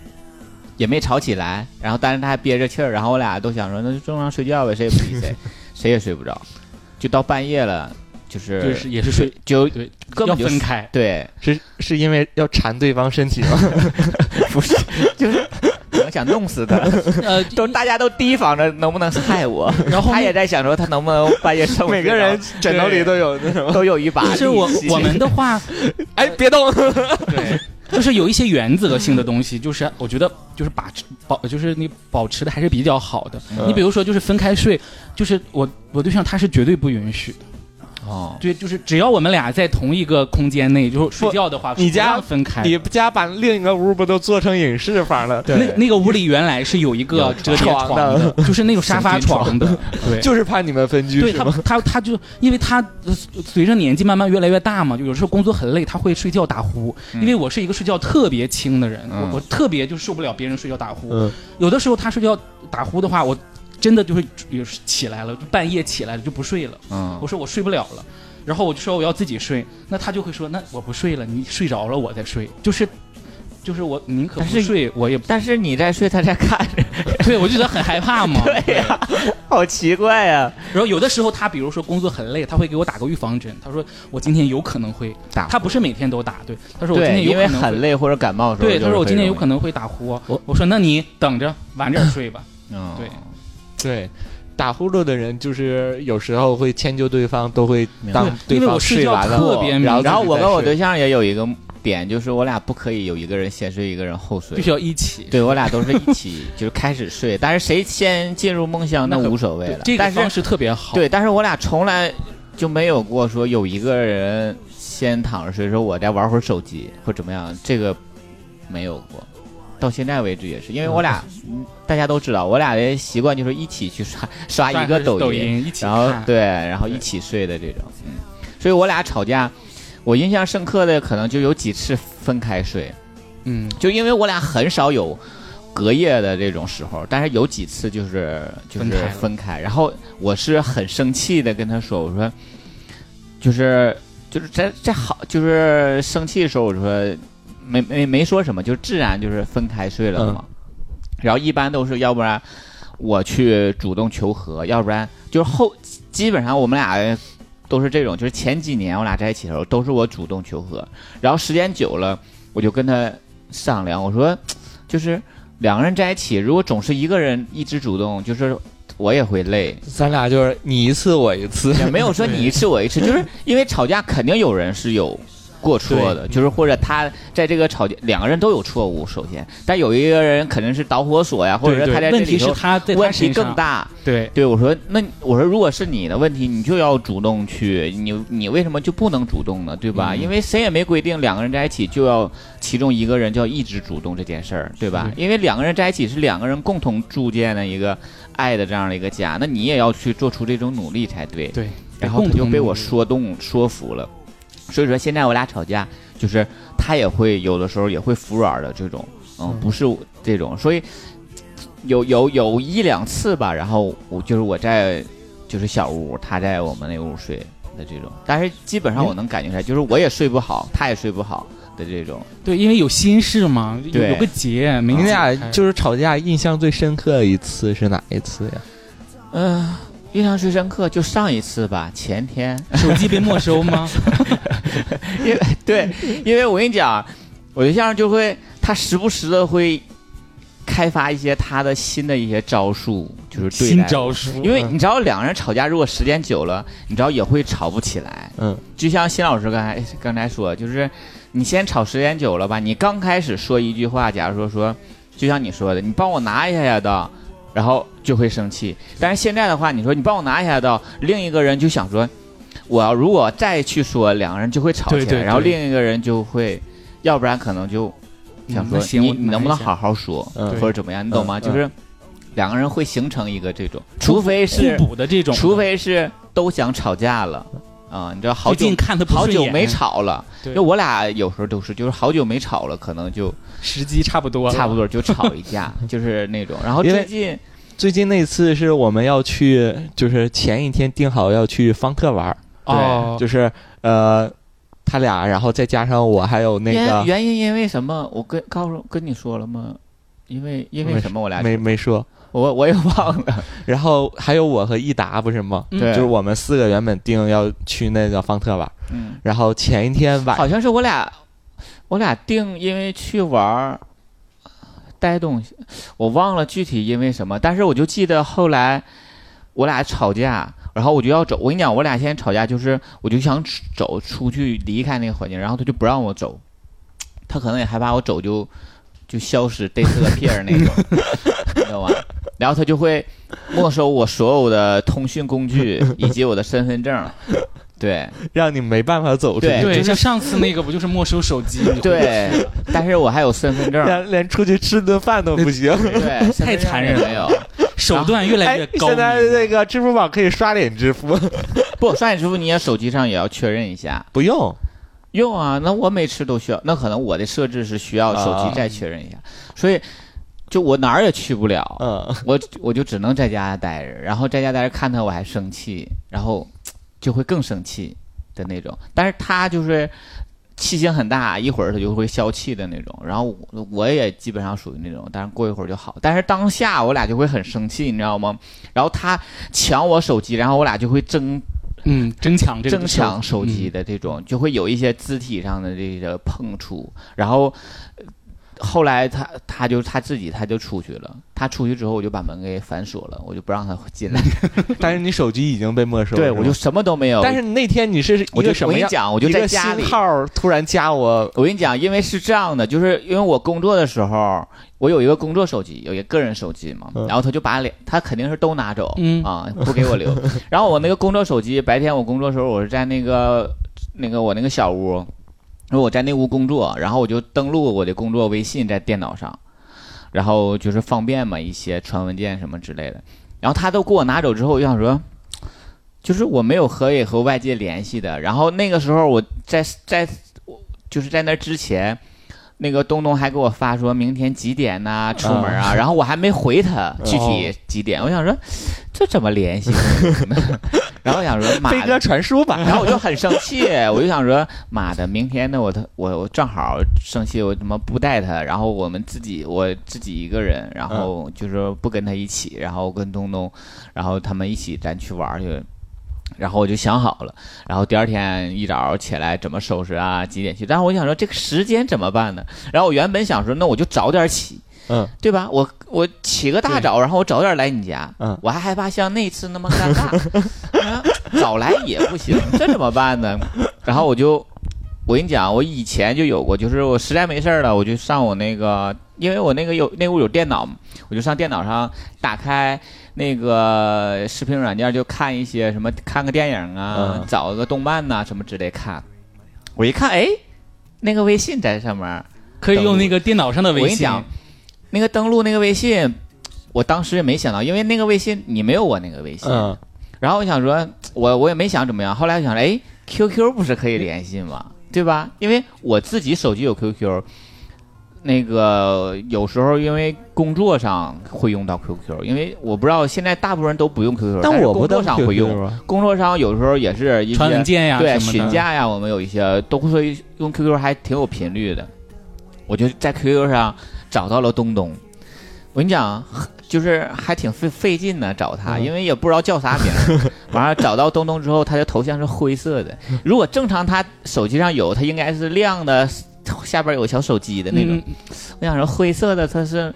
S3: 也没吵起来，然后但是他还憋着气儿，然后我俩都想说那就正常睡觉呗，谁也不理 谁，谁也睡不着，就到半夜了，就是
S6: 就是也是睡，
S3: 就
S6: 对
S3: 根
S6: 要
S3: 本就
S6: 分
S3: 是
S6: 开。
S3: 对，
S4: 是是因为要缠对方身体吗？
S3: 不是就是我想弄死 他，
S6: 呃，
S3: 都大家都提防着能不能害我，
S6: 然后
S3: 他也在想说他能不能半夜上
S4: 每个人枕头里都有那什么？
S3: 都有一把
S5: 啊就
S3: 力气，
S5: 是我我们的话，
S4: 哎，别动！
S3: 对
S5: 就是有一些原则性的 东西，就是我觉得就是把持保就是你保持的还是比较好的。
S4: 嗯
S5: 你比如说就是分开睡，就是我我对象他是绝对不允许的，
S3: 哦，
S5: 对，就是只要我们俩在同一个空间内，就是睡觉的话，
S4: 你家
S5: 不让分开的。
S4: 你家把另一个屋不都做成影视房了？
S5: 那那个屋里原来是有一个折叠
S4: 床的
S5: 的，就是那种沙 发床的，对。
S4: 就是怕你们分居
S5: 对
S4: 是
S5: 他
S4: 吗？，
S5: 他他就因为他呃随着年纪慢慢越来越大嘛，就有时候工作很累，他会睡觉打呼。因为我是一个睡觉特别轻的人，
S3: 嗯
S5: 我我特别就受不了别人睡觉打呼。
S4: 嗯，
S5: 有的时候他睡觉打呼的话，我真的就是有时起来了，就半夜起来了就不睡了。
S3: 嗯
S5: 我，说我睡不了了，然后我就说我要自己睡，那他就会说那我不睡了，你睡着了我再睡，就是。就是我宁可
S3: 但
S5: 不
S3: 是
S5: 睡，我也不
S3: 但是你在睡，他在看着，
S5: 对我就觉得很害怕嘛。
S3: 对呀、 好奇怪啊呀、
S5: 然后有的时候他比如说工作很累，他会给我打个预防针，他说我今天有可能会
S3: 打
S5: 他不是每天都打，对，他说我今
S3: 对，
S5: 天有
S3: 因为
S5: 可能
S3: 很
S5: 会，
S3: 累或者感冒的时候，
S5: 对，他说我今天有可
S3: 能，
S5: 能会打呼，哦我我说那你等着晚点睡吧，
S3: 嗯，
S5: 对
S4: 对。打呼噜的人就是有时候会迁就对方，都会
S3: 明白
S4: 当
S5: 对因为
S4: 方
S5: 我睡
S4: 睡
S5: 觉
S4: 完了，
S5: 特别敏
S4: 然后
S3: 然后
S4: 自己
S3: 我
S4: 再
S3: 跟我
S4: 睡
S3: 对象也有一个点，就是我俩不可以有一个人先睡，一个人后睡
S5: 必须。要一起。
S3: 对我俩都是一起，就是开始睡，但是谁先进入梦乡那
S5: 那可
S3: 无所谓
S5: 对
S3: 了。
S5: 这个
S3: 但
S5: 方
S3: 是
S5: 式特别好，
S3: 对，但是我俩从来就没有过说有一个人先躺着睡，说我再玩会儿手机或怎么样，这个没有过。到现在为止也是，因为我俩、嗯大家都知道，我俩的习惯就是一起去刷刷一个
S5: 抖
S3: 抖音，
S5: 音一起
S3: 然后
S5: 看，
S3: 对，然后一起睡的这种，嗯，所以我俩吵架，我印象深刻的可能就有几次分开睡，
S5: 嗯，
S3: 就因为我俩很少有隔夜的这种时候，但是有几次就是就是
S5: 分开了
S3: 分开，然后我是很生气的跟他说，我说就是就是在在好就是生气的时候，我说没没没说什么，就自然就是分开睡了嘛。然后一般都是要不然我去主动求和，要不然就是后基本上我们俩都是这种，就是前几年我俩在一起的时候都是我主动求和，然后时间久了我就跟他商量，我说就是两个人在一起，如果总是一个人一直主动，就是我也会累，
S4: 咱俩就是你一次我一 次，
S3: 也没有说你一次我一次，就是因为吵架肯定有人是有过错的，就是或者他在这个吵架两个人都有错误，首先，但有一个人肯定是导火索呀，或者说
S5: 对
S3: 他在这
S5: 问题
S3: 里
S5: 是
S3: 头
S5: 他在他
S3: 问题
S5: 身上
S3: 更，大。
S5: 对，
S3: 对我说，那我说如果是你的问题，你就要主动去，你你为什么就不能主动呢？对
S5: 嗯
S3: 吧？因为谁也没规定两个人在一起就要其中一个人就要一直主动这件事儿，对吧？因为两个人在一起是两个人共同铸建的一个爱的这样的一个家，那你也要去做出这种努力才对。
S5: 对，
S3: 然后他就
S5: 共同
S3: 被我说动说服了。所以说现在我俩吵架，就是他也会有的时候也会服软的这种，嗯，不是这种，所以有有有一两次吧，然后我就是我在就是小屋，他在我们那屋睡的这种，但是基本上我能感觉出来，就是我也睡不好，他也睡不好的这种，
S5: 对，因为有心事嘛，有
S3: 对啊
S5: 有个结，没
S4: 你
S5: 解
S4: 俩
S5: 开
S4: 就是吵架，印象最深刻的一次是哪一次呀？
S3: 嗯、印象最深刻就上一次吧，前天，
S5: 手机被没收 吗？
S3: 因为对，因为我跟你讲，我对象就会他时不时的会开发一些他的新的一些招数，就是对待。
S6: 招数
S3: 因为你知道，两个人吵架如果时间久了，你知道也会吵不起来。
S4: 嗯，
S3: 就像辛老师刚才哎刚才说，就是你先吵时间久了吧，你刚开始说一句话，假如说说，就像你说的，你帮我拿一下呀，到然后就会生气。但是现在的话，你说你帮我拿一下刀，另一个人就想说，我要如果再去说，两个人就会吵起来，
S5: 对对对
S3: 然后另一个人就会，要不然可能就想说、
S7: 那行
S3: 你
S7: 我
S3: 你能不能好好说，
S4: 嗯
S3: 或者怎么样，你懂吗？
S4: 嗯
S3: 就是两个人会形成一个这种，除非是
S7: 互补的这种，
S3: 除非是都想吵架了啊、你知道好
S7: 最
S3: 久
S7: 近看的
S3: 好久没，吵了，
S7: 对
S3: 就我俩有时候都是，就是好久没吵了，可能就
S7: 时机差不多了，
S3: 差不多就吵一 架，就是那种。然后
S4: 因
S3: 最
S4: 为
S3: 近
S4: 最近那次是我们要去，就是前一天定好要去方特玩儿，
S5: 哦，
S4: 就是呃，他俩，然后再加上我，还有那
S3: 原
S4: 个
S3: 原因因为什么？我跟告诉跟你说了吗？因为因为
S4: 没
S3: 什么我俩
S4: 没没说，
S3: 我我也忘了，
S4: 然后还有我和益达不是吗？
S7: 嗯
S3: 对，
S4: 就是我们四个原本定要去那个方特玩儿，
S3: 嗯，
S4: 然后前一天晚
S3: 好像是我俩我俩定因为去玩儿带东西，我忘了具体因为什么，但是我就记得后来我俩吵架。然后我就要走，我跟你讲，我俩现在吵架就是，我就想走出去离开那个环境，然后他就不让我走，他可能也害怕我走就就消失 disappear 那种，你知道吧？然后他就会没收我所有的通讯工具以及我的身份证，对，
S4: 让你没办法走出
S3: 对
S4: 去，
S7: 对，
S3: 就是
S7: 像上次那个不就是没收手机？
S3: 对，但是我还有身份 证，
S4: 连连出去吃顿饭都不行。
S3: 对，
S7: 太残忍了
S3: 没有。
S7: 手段越来
S4: 哎
S7: 越，高明。
S4: 现在那 个支付宝可以刷脸支付，
S3: 不，刷脸支付你也手机上也要确认一下。
S4: 不用。
S3: 用啊，那我每次都需要，那可能我的设置是需要手
S7: 啊
S3: 机再确认一下，所以就我哪儿也去不了，
S4: 嗯，
S3: 我我就只能在家待着，然后在家待着看他我还生气，然后就会更生气的那种。但是他就是气性很大，一会儿他就会消气的那种。然后我我也基本上属于那种，但是过一会儿就好。但是当下我俩就会很生气，你知道吗？然后他抢我手机，然后我俩就会争
S7: 嗯，争抢这个
S3: 争
S7: 手
S3: 抢手机的这种，就会有一些肢体上的这个碰触。然后呃后来他他就他自己他就出去了，他出去之后我就把门给反锁了，我就不让他进来。
S4: 但是你手机已经被没收了。
S3: 对
S4: 是吗
S3: 我就什么都没有。
S4: 但是那天你是
S3: 我
S4: 一
S3: 就
S4: 个什么
S3: 我跟
S4: 样
S3: 你？讲，我就
S4: 一
S3: 在
S4: 个
S3: 家里
S4: 新。号突然加我，
S3: 我跟你讲，因为是这样的，就是因为我工作的时候，我有一个工作手机，有一个个人手机嘛，
S4: 嗯
S3: 然后他就把两，他肯定是都拿走，
S7: 嗯
S3: 啊，不给我留。然后我那个工作手机，白天我工作的时候，我是在那个那个我那个小屋，因为我在那屋工作，然后我就登录我的工作微信在电脑上，然后就是方便嘛一些传文件什么之类的。然后他都给我拿走之后，我就想说，就是我没有可以和外界联系的。然后那个时候我在在就是在那之前，那个东东还给我发说明天几点呐、出门啊，然后我还没回他具体几点，我想说这怎么联系？ 然后我想说妈
S4: 飞
S3: 的
S4: 鸽传书吧。
S3: 然后我就很生气，我就想说，妈的，明天呢，我他我我正好生气，我他妈不带他，然后我们自己我自己一个人，然后就是不跟他一起，然后跟东东，然后他们一起咱去玩儿去。然后我就想好了，然后第二天一早起来怎么收拾啊，几点去？但是我想说这个时间怎么办呢？然后我原本想说，那我就早点起，
S4: 嗯，
S3: 对吧？我我起个大早，然后我早点来你家，
S4: 嗯
S3: 我还害怕像那次那么尴尬， 啊早来也不行，这怎么办呢？然后我就，我跟你讲，我以前就有过，就是我实在没事儿了，我就上我那个，因为我那个有那屋有电脑嘛，我就上电脑上打开那个视频软件，就看一些什么，看个电影啊，
S4: 嗯
S3: 找个动漫呐、什么之类看。我一看，哎，那个微信在上面儿，
S7: 可以用那个电脑上的
S3: 我
S7: 微
S3: 跟你
S7: 信。
S3: 讲，那个登录那个微信，我当时也没想到，因为那个微信你没有我那个微信，
S4: 嗯，
S3: 然后我想说，我我也没想怎么样。后来我想，哎，QQ 不是可以联系吗？对吧？因为我自己手机有 QQ，那个有时候因为工作上会用到 QQ，因为我不知道现在大部分人都不用 QQ，但是
S4: 我
S3: 工作
S4: 不登
S3: 上会
S4: QQ
S3: 用。
S4: 啊
S3: 工作上有时候也是一些
S7: 传文件呀，
S3: 对，
S7: 什么
S3: 询
S7: 的，
S3: 价呀，我们有一些都会用 QQ，还挺有频率的。我就在 QQ 上找到了东东，我跟你讲，就是还挺费费劲呢，找他，
S7: 嗯
S3: 因为也不知道叫啥名儿。完了找到东东之后，他的头像是灰色的。如果正常他手机上有，他应该是亮的，下边有小手机的那种。
S7: 嗯，
S3: 我想说灰色的他是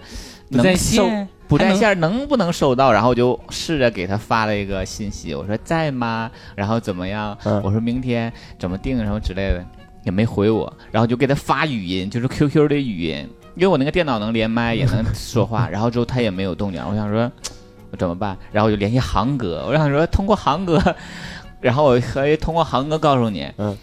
S7: 不
S3: 能
S7: 在
S3: 收
S7: 线，
S3: 不在
S7: 还能
S3: 线儿能不能收到？然后我就试着给他发了一个信息，我说在吗？然后怎么样？
S4: 嗯
S3: 我说明天怎么定什么之类的，也没回我。然后就给他发语音，就是 QQ 的语音，因为我那个电脑能连麦也能说话，然后之后他也没有动静儿，我想说我怎么办？然后我就联系航哥，我想说通过航哥，然后我可以通过航哥告诉你，
S4: 嗯，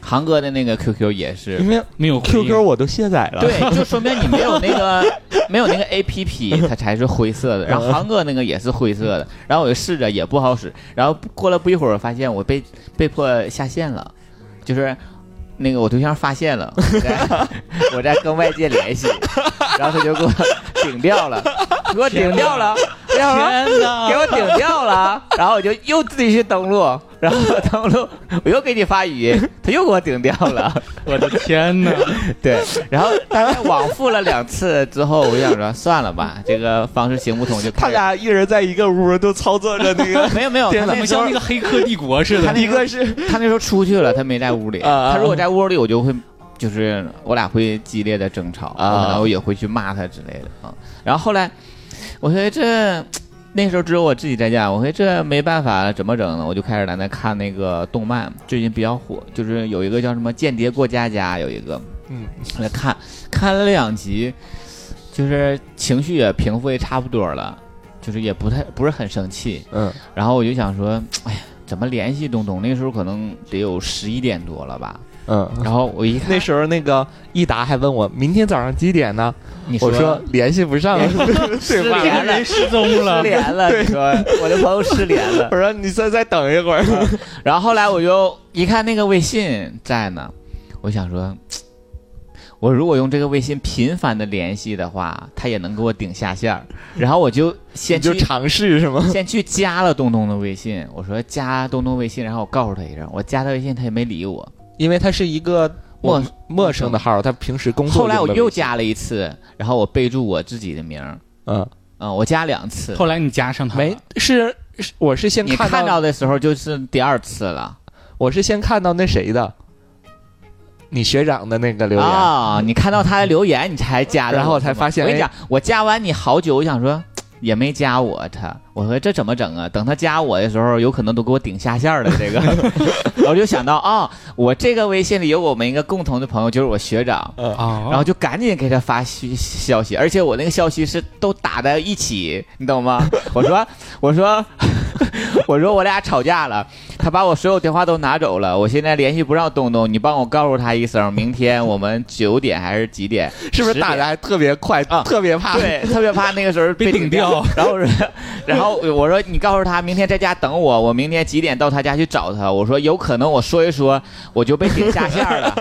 S3: 航哥的那个 QQ 也是
S4: 因。为
S7: 没有回应
S4: QQ 我都卸载了，
S3: 对，就说明你没有那个没有那个 A P P，它才是灰色的。然
S7: 嗯
S3: 后航哥那个也是灰色的，然后我就试着也不好使。然后过了不一会儿，我发现我被被迫下线了，就是那个我对象发现了，我在 我在跟外界联系，然后他就给我顶掉了，给我顶掉了，然后
S7: 天哪！
S3: 给我顶掉了，然后我就又自己去登录，然后登录我又给你发语音，他又给我顶掉了。
S7: 我的天哪！
S3: 对，然后大概往复了两次之后，我就想说算了吧，这个方式行不通，就
S4: 他
S3: 开始，
S4: 俩一人在一个屋都操作着那个
S3: 没有没有，他
S7: 怎么
S3: 那时
S7: 像
S3: 候
S7: 那个黑客帝国似的？
S4: 一个是
S3: 他那时候出去了，他没在屋里。
S4: 啊啊
S3: 他如果在屋里，我就会就是我俩会激烈的争吵，
S4: 啊
S3: 我可能也会去骂他之类的啊。然后后来我说这。那时候只有我自己在家，我说这没办法了，怎么整呢？我就开始在那看那个动漫，最近比较火，就是有一个叫什么《间谍过家家》，有一个，
S4: 嗯，
S3: 来看看了两集，就是情绪也平复也差不多了，就是也不太不是很生气。
S4: 嗯，
S3: 然后我就想说，哎呀，怎么联系东东？那时候可能得有十一点多了吧。
S4: 嗯。
S3: 然后我一看，
S4: 那时候那个益达还问我明天早上几点呢？
S3: 你
S4: 我说联系不上，
S3: 失
S4: 对吧？
S3: 联了，
S7: 失踪
S3: 失
S7: 了，
S3: 联了。你说我的朋友失联了
S4: 我。说你再再等一会 儿。
S3: 然后后来我就一看那个微信在呢，我想说，我如果用这个微信频繁的联系的话，他也能给我顶下线儿。然后我就
S4: 你
S3: 先去
S4: 就尝试是 吗？
S3: 先去加了东东的微信，我说加东东微信，然后我告诉他一声，我加他微信，他也没理我。
S4: 因为他是一个
S3: 陌
S4: 陌生的号，他平时工作。
S3: 后来我又，加了一次，然后我备注我自己的名儿，
S4: 嗯，
S3: 嗯，我加两次。
S7: 后来你加上他了
S4: 没是是我是先
S3: 你
S4: 看
S3: 看到的时候就是第二次了
S4: 我是先看到那谁的，你学长的那个留言，
S3: 啊、你看到他的留言，你才加的，
S4: 然后才发现
S3: 我跟你
S4: 哎
S3: 讲，我加完你好久，我想说。也没加我，他我说这怎么整啊？等他加我的时候，有可能都给我顶下线了。这个， 然后就想到啊、我这个微信里有我们一个共同的朋友，就是我学长，
S5: 哦
S7: 啊？
S3: 然后就赶紧给他发消消息，而且我那个消息是都打在一起，你懂吗？我说，我说， 我说我俩吵架了，他把我所有电话都拿走了，我现在联系不上东东，你帮我告诉他一声，明天我们九点还是几点？
S4: 是不是打的还特别快，
S3: 啊
S4: 特别怕？
S3: 对，特别怕那个时候
S7: 被
S3: 被
S7: 顶
S3: 掉。然后我说，然后我说你告诉他明天在家等我，我明天几点到他家去找他。我说有可能我说一说我就被顶下线了，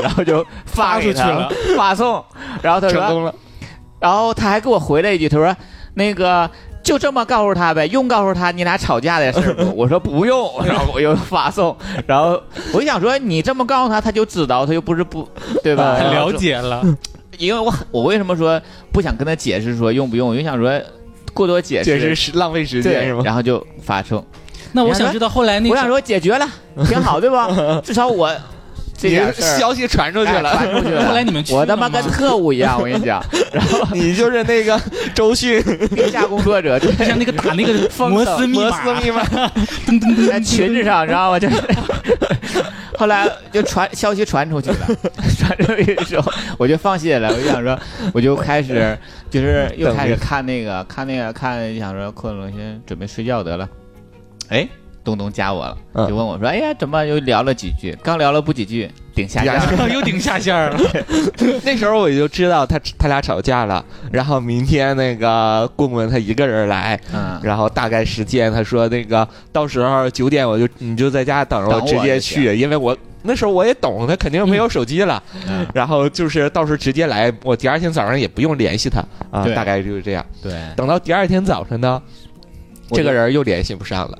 S3: 然后就发给他
S7: 发出
S3: 发送。然后他
S4: 成
S3: 说，
S4: 功了。
S3: 然后他还给我回了一句，他说那个。就这么告诉他呗，用告诉他你俩吵架的事儿不？ 我说不用，然后我又发送，然后我就想说你这么告诉他，他就知道，他又不是不对吧？
S7: 很
S3: 然后
S7: 了
S3: 就
S7: 解了，
S3: 因为我很我为什么说不想跟他解释说用不用，我就想说过多解释
S4: 确实是浪费时间
S3: 对
S4: 是吗，？
S3: 然后就发送。
S7: 那我想知道后来那
S3: 我
S7: 个
S3: 想说解决 了，挺好对 吧？至少我这点事儿
S4: 消息传出去
S3: 哎
S4: 了，
S3: 传出去 了。
S7: 后来你们去
S3: 我
S7: 了
S3: 他妈
S7: 吗
S3: 跟特务一样，我跟你 讲，
S4: 你就是那个周迅
S3: 地下工作 者对
S7: 就像那个打那个摩斯密
S4: 摩
S7: 码
S4: 斯，密码，
S3: 在 裙子上，你知道吗？就是后来就传消息传出去了， 传出去之后 我就放心了，我就想说，我就开始就是又开始看那个看那个看，想说困了，先准备睡觉得了。哎，东东加我了，
S4: 嗯
S3: 就问我说，哎呀，怎么又聊了几句？刚聊了不几句，顶下线
S4: 呀
S3: 了。
S7: 又顶下线儿了。
S4: 那时候我就知道他他俩吵架了，然后明天那个棍棍他一个人来，
S3: 嗯，
S4: 然后大概时间他说那个到时候九点我就你就在家等着，
S3: 等我
S4: 我直接
S3: 就
S4: 去，因为我那时候我也懂，他肯定没有手机了，
S3: 嗯
S4: 然后就是到时候直接来，我第二天早上也不用联系他啊，
S3: 对
S4: 大概就是这样。
S3: 对，
S4: 等到第二天早晨呢，
S3: 我
S4: 这个
S3: 就嗯
S4: 人又联系不上了。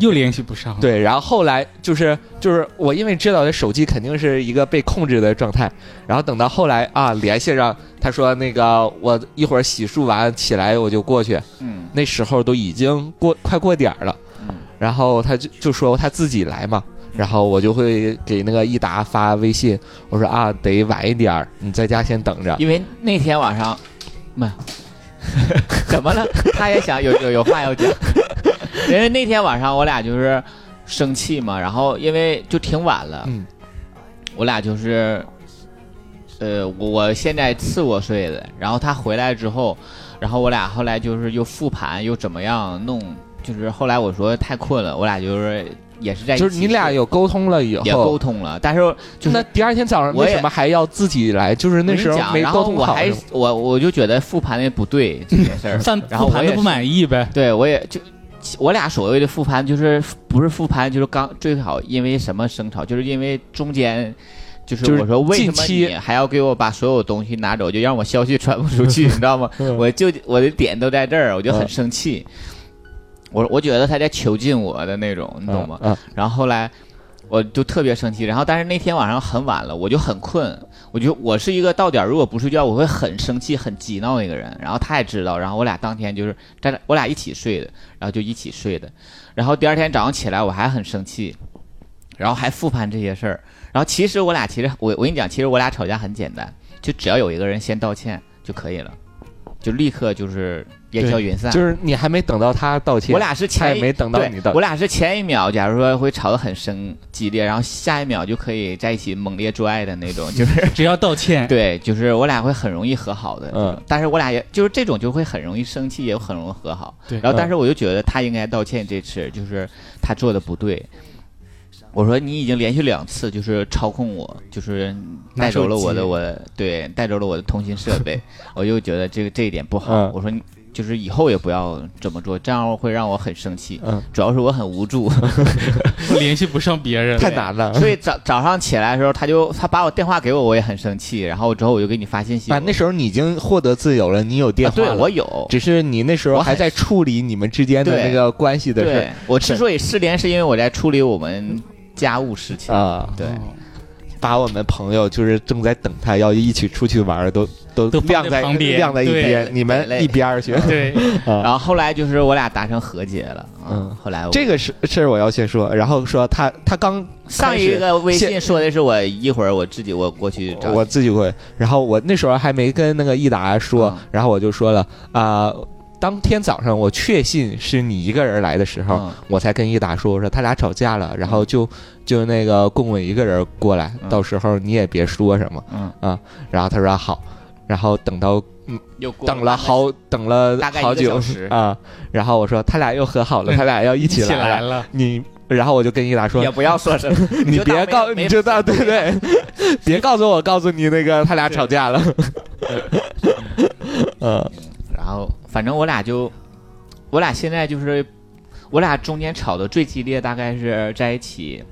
S7: 又联系不上了。，
S4: 对，然后后来就是就是我因为知道他手机肯定是一个被控制的状态，然后等到后来啊联系上，他说那个我一会儿洗漱完起来我就过去，
S3: 嗯
S4: 那时候都已经过快过点儿了，
S3: 嗯
S4: 然后他就就说他自己来嘛。然后我就会给那个益达发微信，我说啊，得晚一点儿，你在家先等着。
S3: 因为那天晚上，没， 怎么了？他也想有有有话要讲， 因为那天晚上我俩就是生气嘛，然后因为就挺晚了，
S4: 嗯
S3: 我俩就是呃，我我现在次卧睡的，然后他回来之后，然后我俩后来就是又复盘又怎么样弄，就是后来我说太困了，我俩就是也是在一起
S4: 就是你俩
S3: 睡
S4: 有沟通了以后，
S3: 也沟通了，但是就是
S4: 那第二天早上
S3: 我
S4: 为
S3: 也
S4: 什么还要自己来？就是那时
S3: 我跟你
S4: 候
S3: 讲
S4: 没
S3: 然
S4: 沟
S3: 后
S4: 通
S3: 我
S4: 好。
S3: 还
S4: 是吗
S3: 我我就觉得复盘也不对这件事儿
S7: 嗯 但
S3: 然后
S7: 复
S3: 我
S7: 盘
S3: 也
S7: 的不满意 呗。
S3: 对我也就我俩所谓的复盘，就是不是复盘，就是刚最好因为什么争吵，就是因为中间。就是
S4: 就是
S3: 我说为什么
S4: 近期
S3: 你还要给我把所有东西拿走，就让我消息传不出 去，你知道吗？
S4: 嗯
S3: 我就我的点都在这儿，我就很
S4: 嗯
S3: 生气。我我觉得他在囚禁我的那种，你懂吗？
S4: 嗯？嗯
S3: 然后后来我就特别生气，然后但是那天晚上很晚了，我就很困，我就我是一个到点儿如果不睡觉我会很生气、很急闹的一个人，然后他也知道，然后我俩当天就是在那我俩一起睡的，然后就一起睡的，然后第二天早上起来我还很生气，然后还复盘这些事儿，然后其实我俩其实我我跟你讲，其实我俩吵架很简单，就只要有一个人先道歉就可以了，就立刻就是烟消云散，
S4: 就是你还没等到他道歉，
S3: 我俩是
S4: 他
S3: 前
S4: 也
S3: 一
S4: 没等到
S3: 对
S4: 你道
S3: 我俩是前一秒，假如说会吵得很生激烈，然后下一秒就可以在一起猛烈做爱的那种， 就是
S7: 只要道歉，
S3: 对，就是我俩会很容易和好的。
S4: 嗯，
S3: 但是我俩也就是这种就会很容易生气，也很容易和好。
S5: 对
S3: 然后但是我就觉得他应该道歉，这次就是他做的不对。我说你已经连续两次就是操控我，就是带走了我的我对带走了我的通信设 备，我就觉得这个这一点不好。
S4: 嗯
S3: 我说你就是以后也不要这么做，这样会让我很生气。
S4: 嗯
S3: 主要是我很无助，
S7: 联系不上别人，
S4: 太难了。
S3: 所以早早上起来的时候，他就他把我电话给我，我也很生气。然后之后我就给你发信息，
S4: 啊，那时候你已经获得自由了，你有电
S3: 啊
S4: 话
S3: 对
S4: 了
S3: 我有，
S4: 只是你那时候
S3: 我还
S4: 还在处理你们之间的
S3: 对
S4: 那个关系的事
S3: 对我之所以失联，是因为我在处理我们家务事情。
S4: 啊，
S3: 对，
S4: 把我们朋友就是正在等他要一起出去玩儿都都
S7: 都放在
S4: 晾在
S7: 旁边
S4: 晾在一
S7: 对
S4: 边，
S3: 对
S4: 你们
S3: 累嗯
S4: 一边儿去。
S7: 对，
S3: 然后后来就是我俩达成和解了。
S4: 嗯
S3: 嗯，后来我
S4: 这个事事儿我要先说，然后说他他刚
S3: 上
S4: 开
S3: 一
S4: 始
S3: 个微信
S4: 现
S3: 说的是我一会儿我自己我过去找嗯
S4: 我
S3: 你
S4: 自己会，然后我那时候还没跟那个益达说
S3: 嗯，
S4: 然后我就说了啊、当天早上我确信是你一个人来的时候，
S3: 嗯
S4: 我才跟益达说，我说他俩吵架了，然后就就那个棍棍一个人过来，
S3: 嗯
S4: 到时候你也别说什么，
S3: 嗯
S4: 啊，然后他说好，然后等到
S3: 又过
S4: 等了好等了
S3: 大概一
S4: 好
S3: 个小
S4: 久
S3: 时，
S4: 啊，然后我说他俩又和好了，他俩要一
S7: 一
S4: 起
S7: 起
S4: 来
S7: 来
S4: 了，
S7: 了，
S4: 你。然后我就跟益达说
S3: 也，不要说什么，
S4: 你
S3: 就当
S4: 别
S3: 没
S4: 告，
S3: 没
S4: 你知道对不对？别告诉我，告诉你那个他俩吵架了。嗯，
S3: 然后反正我俩就，我俩现在就是，我俩中间吵的最激烈，大概是在一起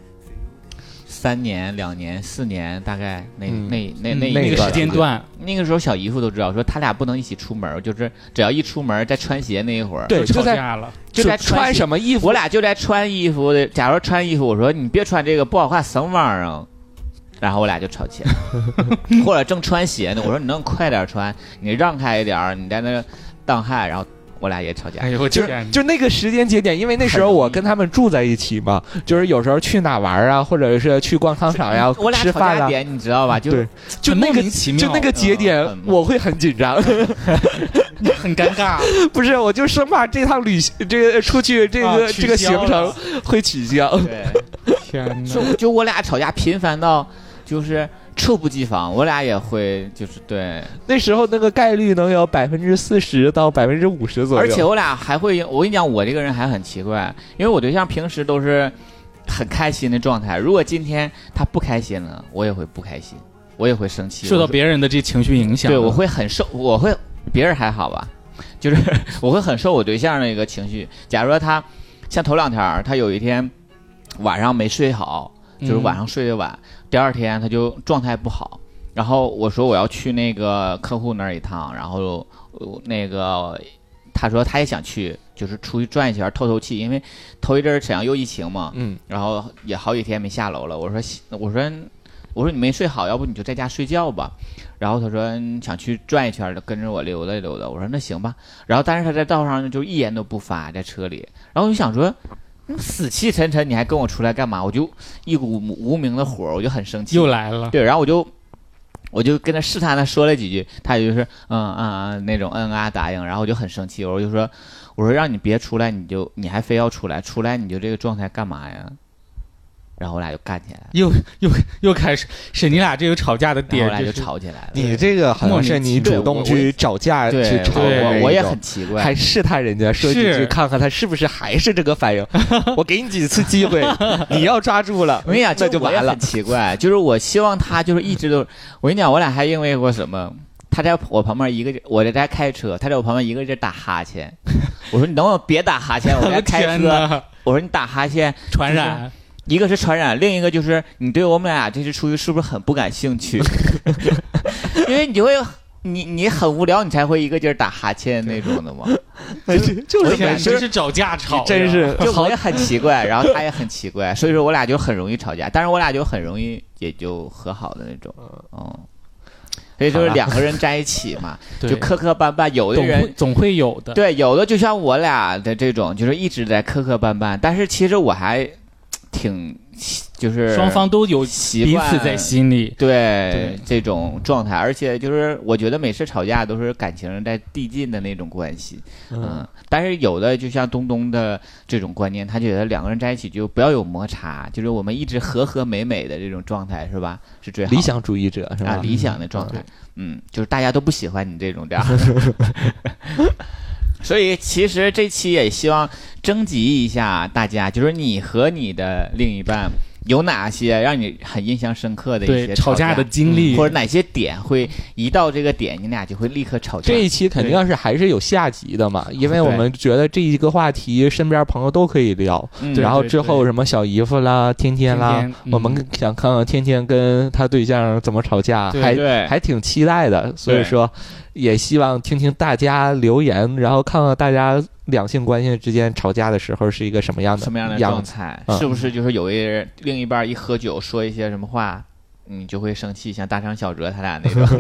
S3: 三年、两年、四年，大概那、
S4: 嗯
S3: 那那
S7: 嗯
S3: 那
S4: 那
S3: 一
S7: 个
S4: 段
S7: 时间
S3: 吧
S7: 段，
S3: 那个时候小姨夫都知道，说他俩不能一起出门，就是只要一出门，在穿鞋那一会儿，
S4: 对，
S7: 就
S4: 就
S7: 吵
S4: 在
S7: 架了，
S3: 就在
S4: 穿
S3: 鞋
S4: 什么衣服
S3: 我俩就在穿衣服的，假如穿衣服，我说你别穿这个不好看，什么玩意儿啊？然后我俩就吵 起来，或者正穿鞋呢，我说你能快点穿，你让开一点儿，你在那当害，然后我俩也吵架
S7: 哎。呦我
S4: 就
S7: 天，
S4: 就那个时间节点，因为那时候我跟他们住在一起嘛，就是有时候去哪玩啊，或者是去逛商场呀、
S3: 嗯我俩
S4: 吃
S3: 吵
S4: 饭
S3: 架
S4: 啊，
S3: 点你知道吧？就
S4: 对，就
S7: 很
S4: 那
S7: 莫
S4: 个
S7: 名其妙，
S4: 就那个节点
S3: 嗯，
S4: 我会很紧张。
S7: 很尴 尬，
S4: 不是，我就生怕这趟旅行，这个出去这
S7: 啊
S4: 个这个
S7: 取消
S4: 行程
S7: 了
S4: 会取消。
S3: 对，
S7: 天哪，
S3: 就就我俩吵架频繁到就是猝不及防，我俩也会就是对，
S4: 那时候那个概率能有百分之四十到百分之五十左右，
S3: 而且我俩还会，我跟你讲，我这个人还很奇怪，因为我对象平时都是很开心的状态，如果今天他不开心了，我也会不开心，我也会生 气，
S7: 受到
S3: 我会
S7: 别人的这情绪影响，
S3: 对我会很受，我会别人还好吧， 就是我会很受我对象的一个情绪。假如说他像头两天儿，他有一天晚上没睡好，
S7: 嗯
S3: 就是晚上睡得晚，第二天他就状态不好。然后我说我要去那个客户那儿一趟，然后、呃那个他说他也想去，就是出去转一圈透透气，因为头一阵儿沈阳又疫情嘛，
S4: 嗯，
S3: 然后也好几天没下楼了。我说西我说我说你没睡好，要不你就在家睡觉吧。然后他说嗯想去转一圈的，跟着我溜达溜达。我说那行吧。然后但是他在道上就一言都不发，在车里。然后我就想说，嗯死气沉沉，你还跟我出来干嘛？我就一股无名的火，我就很生气。
S7: 又来了，
S3: 对，然后我就我就跟他试探的说了几句，他也就是嗯啊啊那种嗯啊答应，然后我就很生气，我就说我说让你别出来，你就你还非要出来，出来你就这个状态干嘛呀？然后我俩就干起来了，
S7: 又又又开始是你俩这个吵架的
S3: 然
S7: 点
S3: 后我俩
S7: 就
S3: 就是吵起来了。
S4: 你这个好像是你主动去找架去
S3: 对，
S4: 吵
S7: 对
S4: 的那
S3: 我我也
S4: 种
S3: 很奇怪，
S4: 还试探人家，说几
S7: 是
S4: 句看看他是不是还是这个 反应。我给你几次机会，你要抓住了，
S3: 没呀，
S4: 那就
S3: 我也
S4: 完了
S3: 很。奇怪，就是我希望他就是一直都，我跟你讲，我俩还因为过什么？他在我旁边一个劲，我在家开车，他在我旁边一个劲儿打哈欠。我说你能不能别打哈欠？ 我在开
S7: 天
S3: 车。
S7: 呐，
S3: 我说你打哈欠，
S7: 传染
S3: 一个是传染，另一个就是你对我们俩这次出去是不是很不感 兴趣？因为你就会你你很无聊，你才会一个劲儿打哈欠那种的嘛。
S4: 就
S3: 我
S4: 是没
S3: 想
S4: 事
S7: 真是找架吵，
S4: 真是
S3: 就我也很奇怪， 然后他也很奇怪，所以说我俩就很容易吵架，但是我俩就很容易也就和好的那种，嗯。所以就是两个人在一起嘛，
S7: 对
S3: 就磕磕绊绊。有的
S7: 总会
S3: 人
S7: 总会有的。
S3: 对，有的就像我俩的这种，就是一直在磕磕绊绊。但是其实我还挺就是
S7: 双方都有
S3: 习
S7: 彼
S3: 惯
S7: 此在心里。
S3: 对这种状态，而且就是我觉得每次吵架都是感情在递进的那种关系，嗯，但是有的就像东东的这种观念，他觉得两个人在一起就不要有摩擦，就是我们一直和和美美的这种状态是吧？是最好的
S4: 理想主义者是
S3: 啊
S4: 吧？
S3: 理想的状态，嗯，就是大家都不喜欢你这种 这样。所以其实这期也希望征集一下大家，就是你和你的另一半有哪些让你很印象深刻的一
S7: 对
S3: 些
S7: 吵
S3: 架嗯
S7: 架的经历，
S3: 或者哪些点会一到这个点，你俩就会立刻吵架
S4: 这。一期肯定是还是有下集的嘛，因为我们觉得这一个话题身边朋友都可以聊，
S3: 嗯
S4: 然后
S7: 对
S4: 之后什么小姨夫啦、天天啦，
S7: 天天
S4: 我们
S7: 嗯
S4: 想看看天天跟他对象怎么吵架，
S7: 对
S4: 还
S3: 对
S4: 还挺期待的。所以说，也希望听听大家留言，然后看看大家两性关系之间吵架的时候是一个什么样的
S3: 什么样的
S4: 样
S3: 状
S4: 子。
S3: 态？
S4: 嗯
S3: 是不是就是有一人另一半一喝酒说一些什么话，你就会生气，像大张小哲他俩那 种，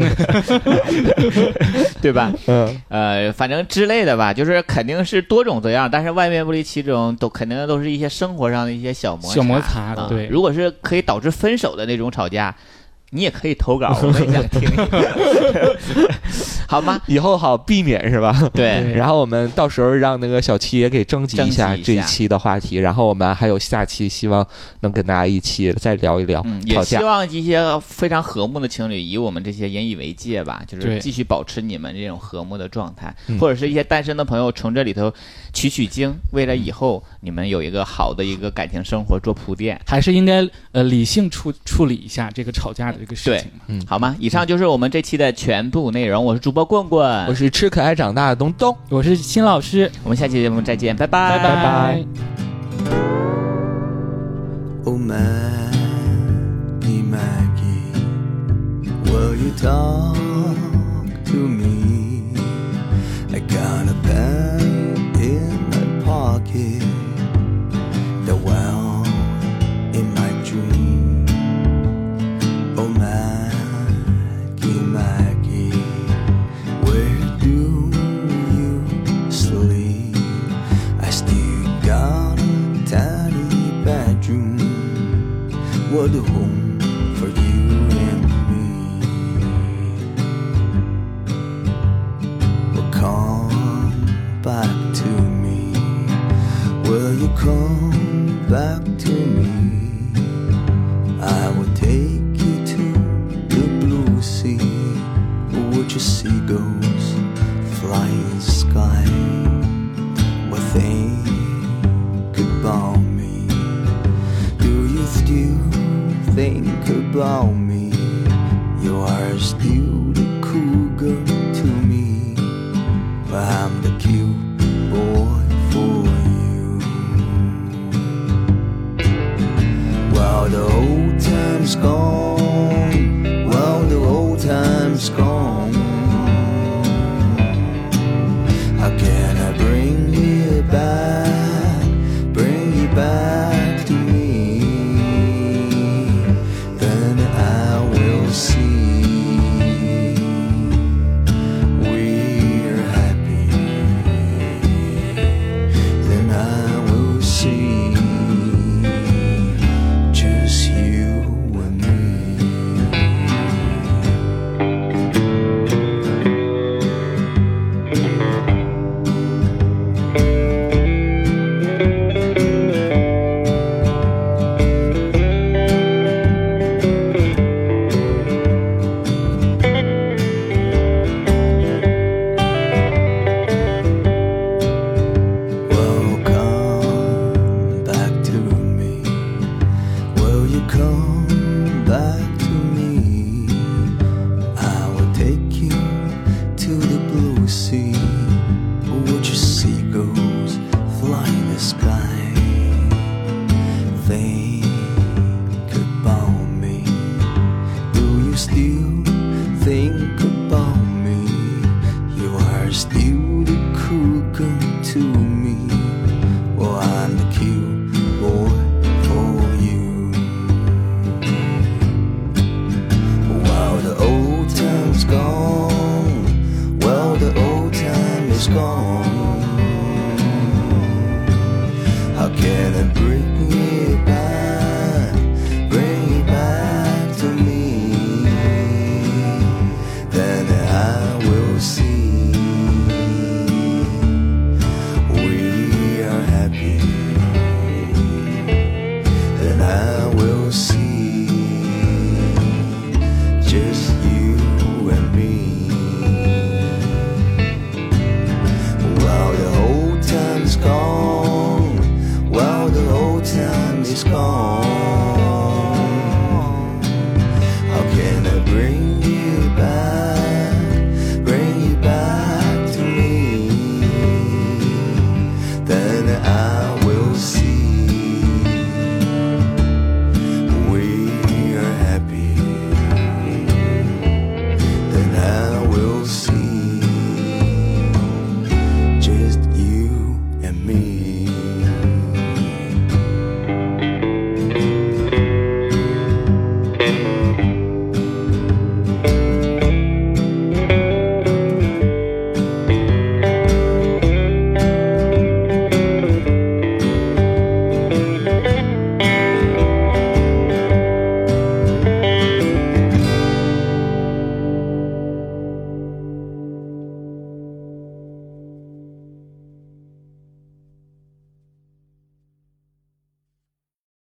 S3: 对吧？
S4: 嗯，
S3: 呃，反正之类的吧，就是肯定是多种多样，但是万变不离其宗，都肯定都是一些生活上的一些小摩
S7: 小摩
S3: 擦。
S7: 擦
S3: 啊，
S7: 对，
S3: 如果是可以导致分手的那种吵架，你也可以投稿，我们也想听一下， 好吗？
S4: 以后好避免是吧？
S3: 对。
S7: 对
S4: 然后我们到时候让那个小七也给征集一下
S3: 征集一
S4: 这
S3: 下
S4: 一期的话题，然后我们还有下期，希望能跟大家一起再聊一聊
S3: 嗯，也
S4: 吵
S3: 希
S4: 架。
S3: 望一些非常和睦的情侣以我们这些引以为戒吧，就是
S7: 对
S3: 继续保持你们这种和睦的状态，
S4: 嗯
S3: 或者是一些单身的朋友从这里头取取经，为了以后你们有一个好的一个感情生活做铺垫，
S7: 还是应该呃理性处处理一下这个吵架的这个事
S3: 对
S7: 情嘛。
S3: 好吗？以上就是我们这期的全部内容，我是主播棍棍，
S4: 我是吃可爱长大的东东，
S7: 我是新老师，
S3: 我们下期节目再见，拜
S7: 拜
S4: 拜拜
S2: Oh Maggie, Maggie, will you talk to me? I got a pen in my pocket, the well in my dream. Oh Maggie, Maggie, where do you sleep? I still got a tiny bedroom. What a home for you and me. Well, come back to me. Will you come back to me? I will take you to the blue sea. Watch your seagulls fly in the sky what they could about me. Do you still think about me? You are still the cool girl to me, but I'm the cute boy for you. Well, the old time's gone. Well, the old time's gone. How can I bring you back? Bring you back to me. Then I will see. still think about me. You are still the cook to me. Well, I'm the cute boy for you. While the old time's gone, well, the old time is gone. How can I bring it back? Bring it back to me. Then I will see. We are happy. Then I will see. Just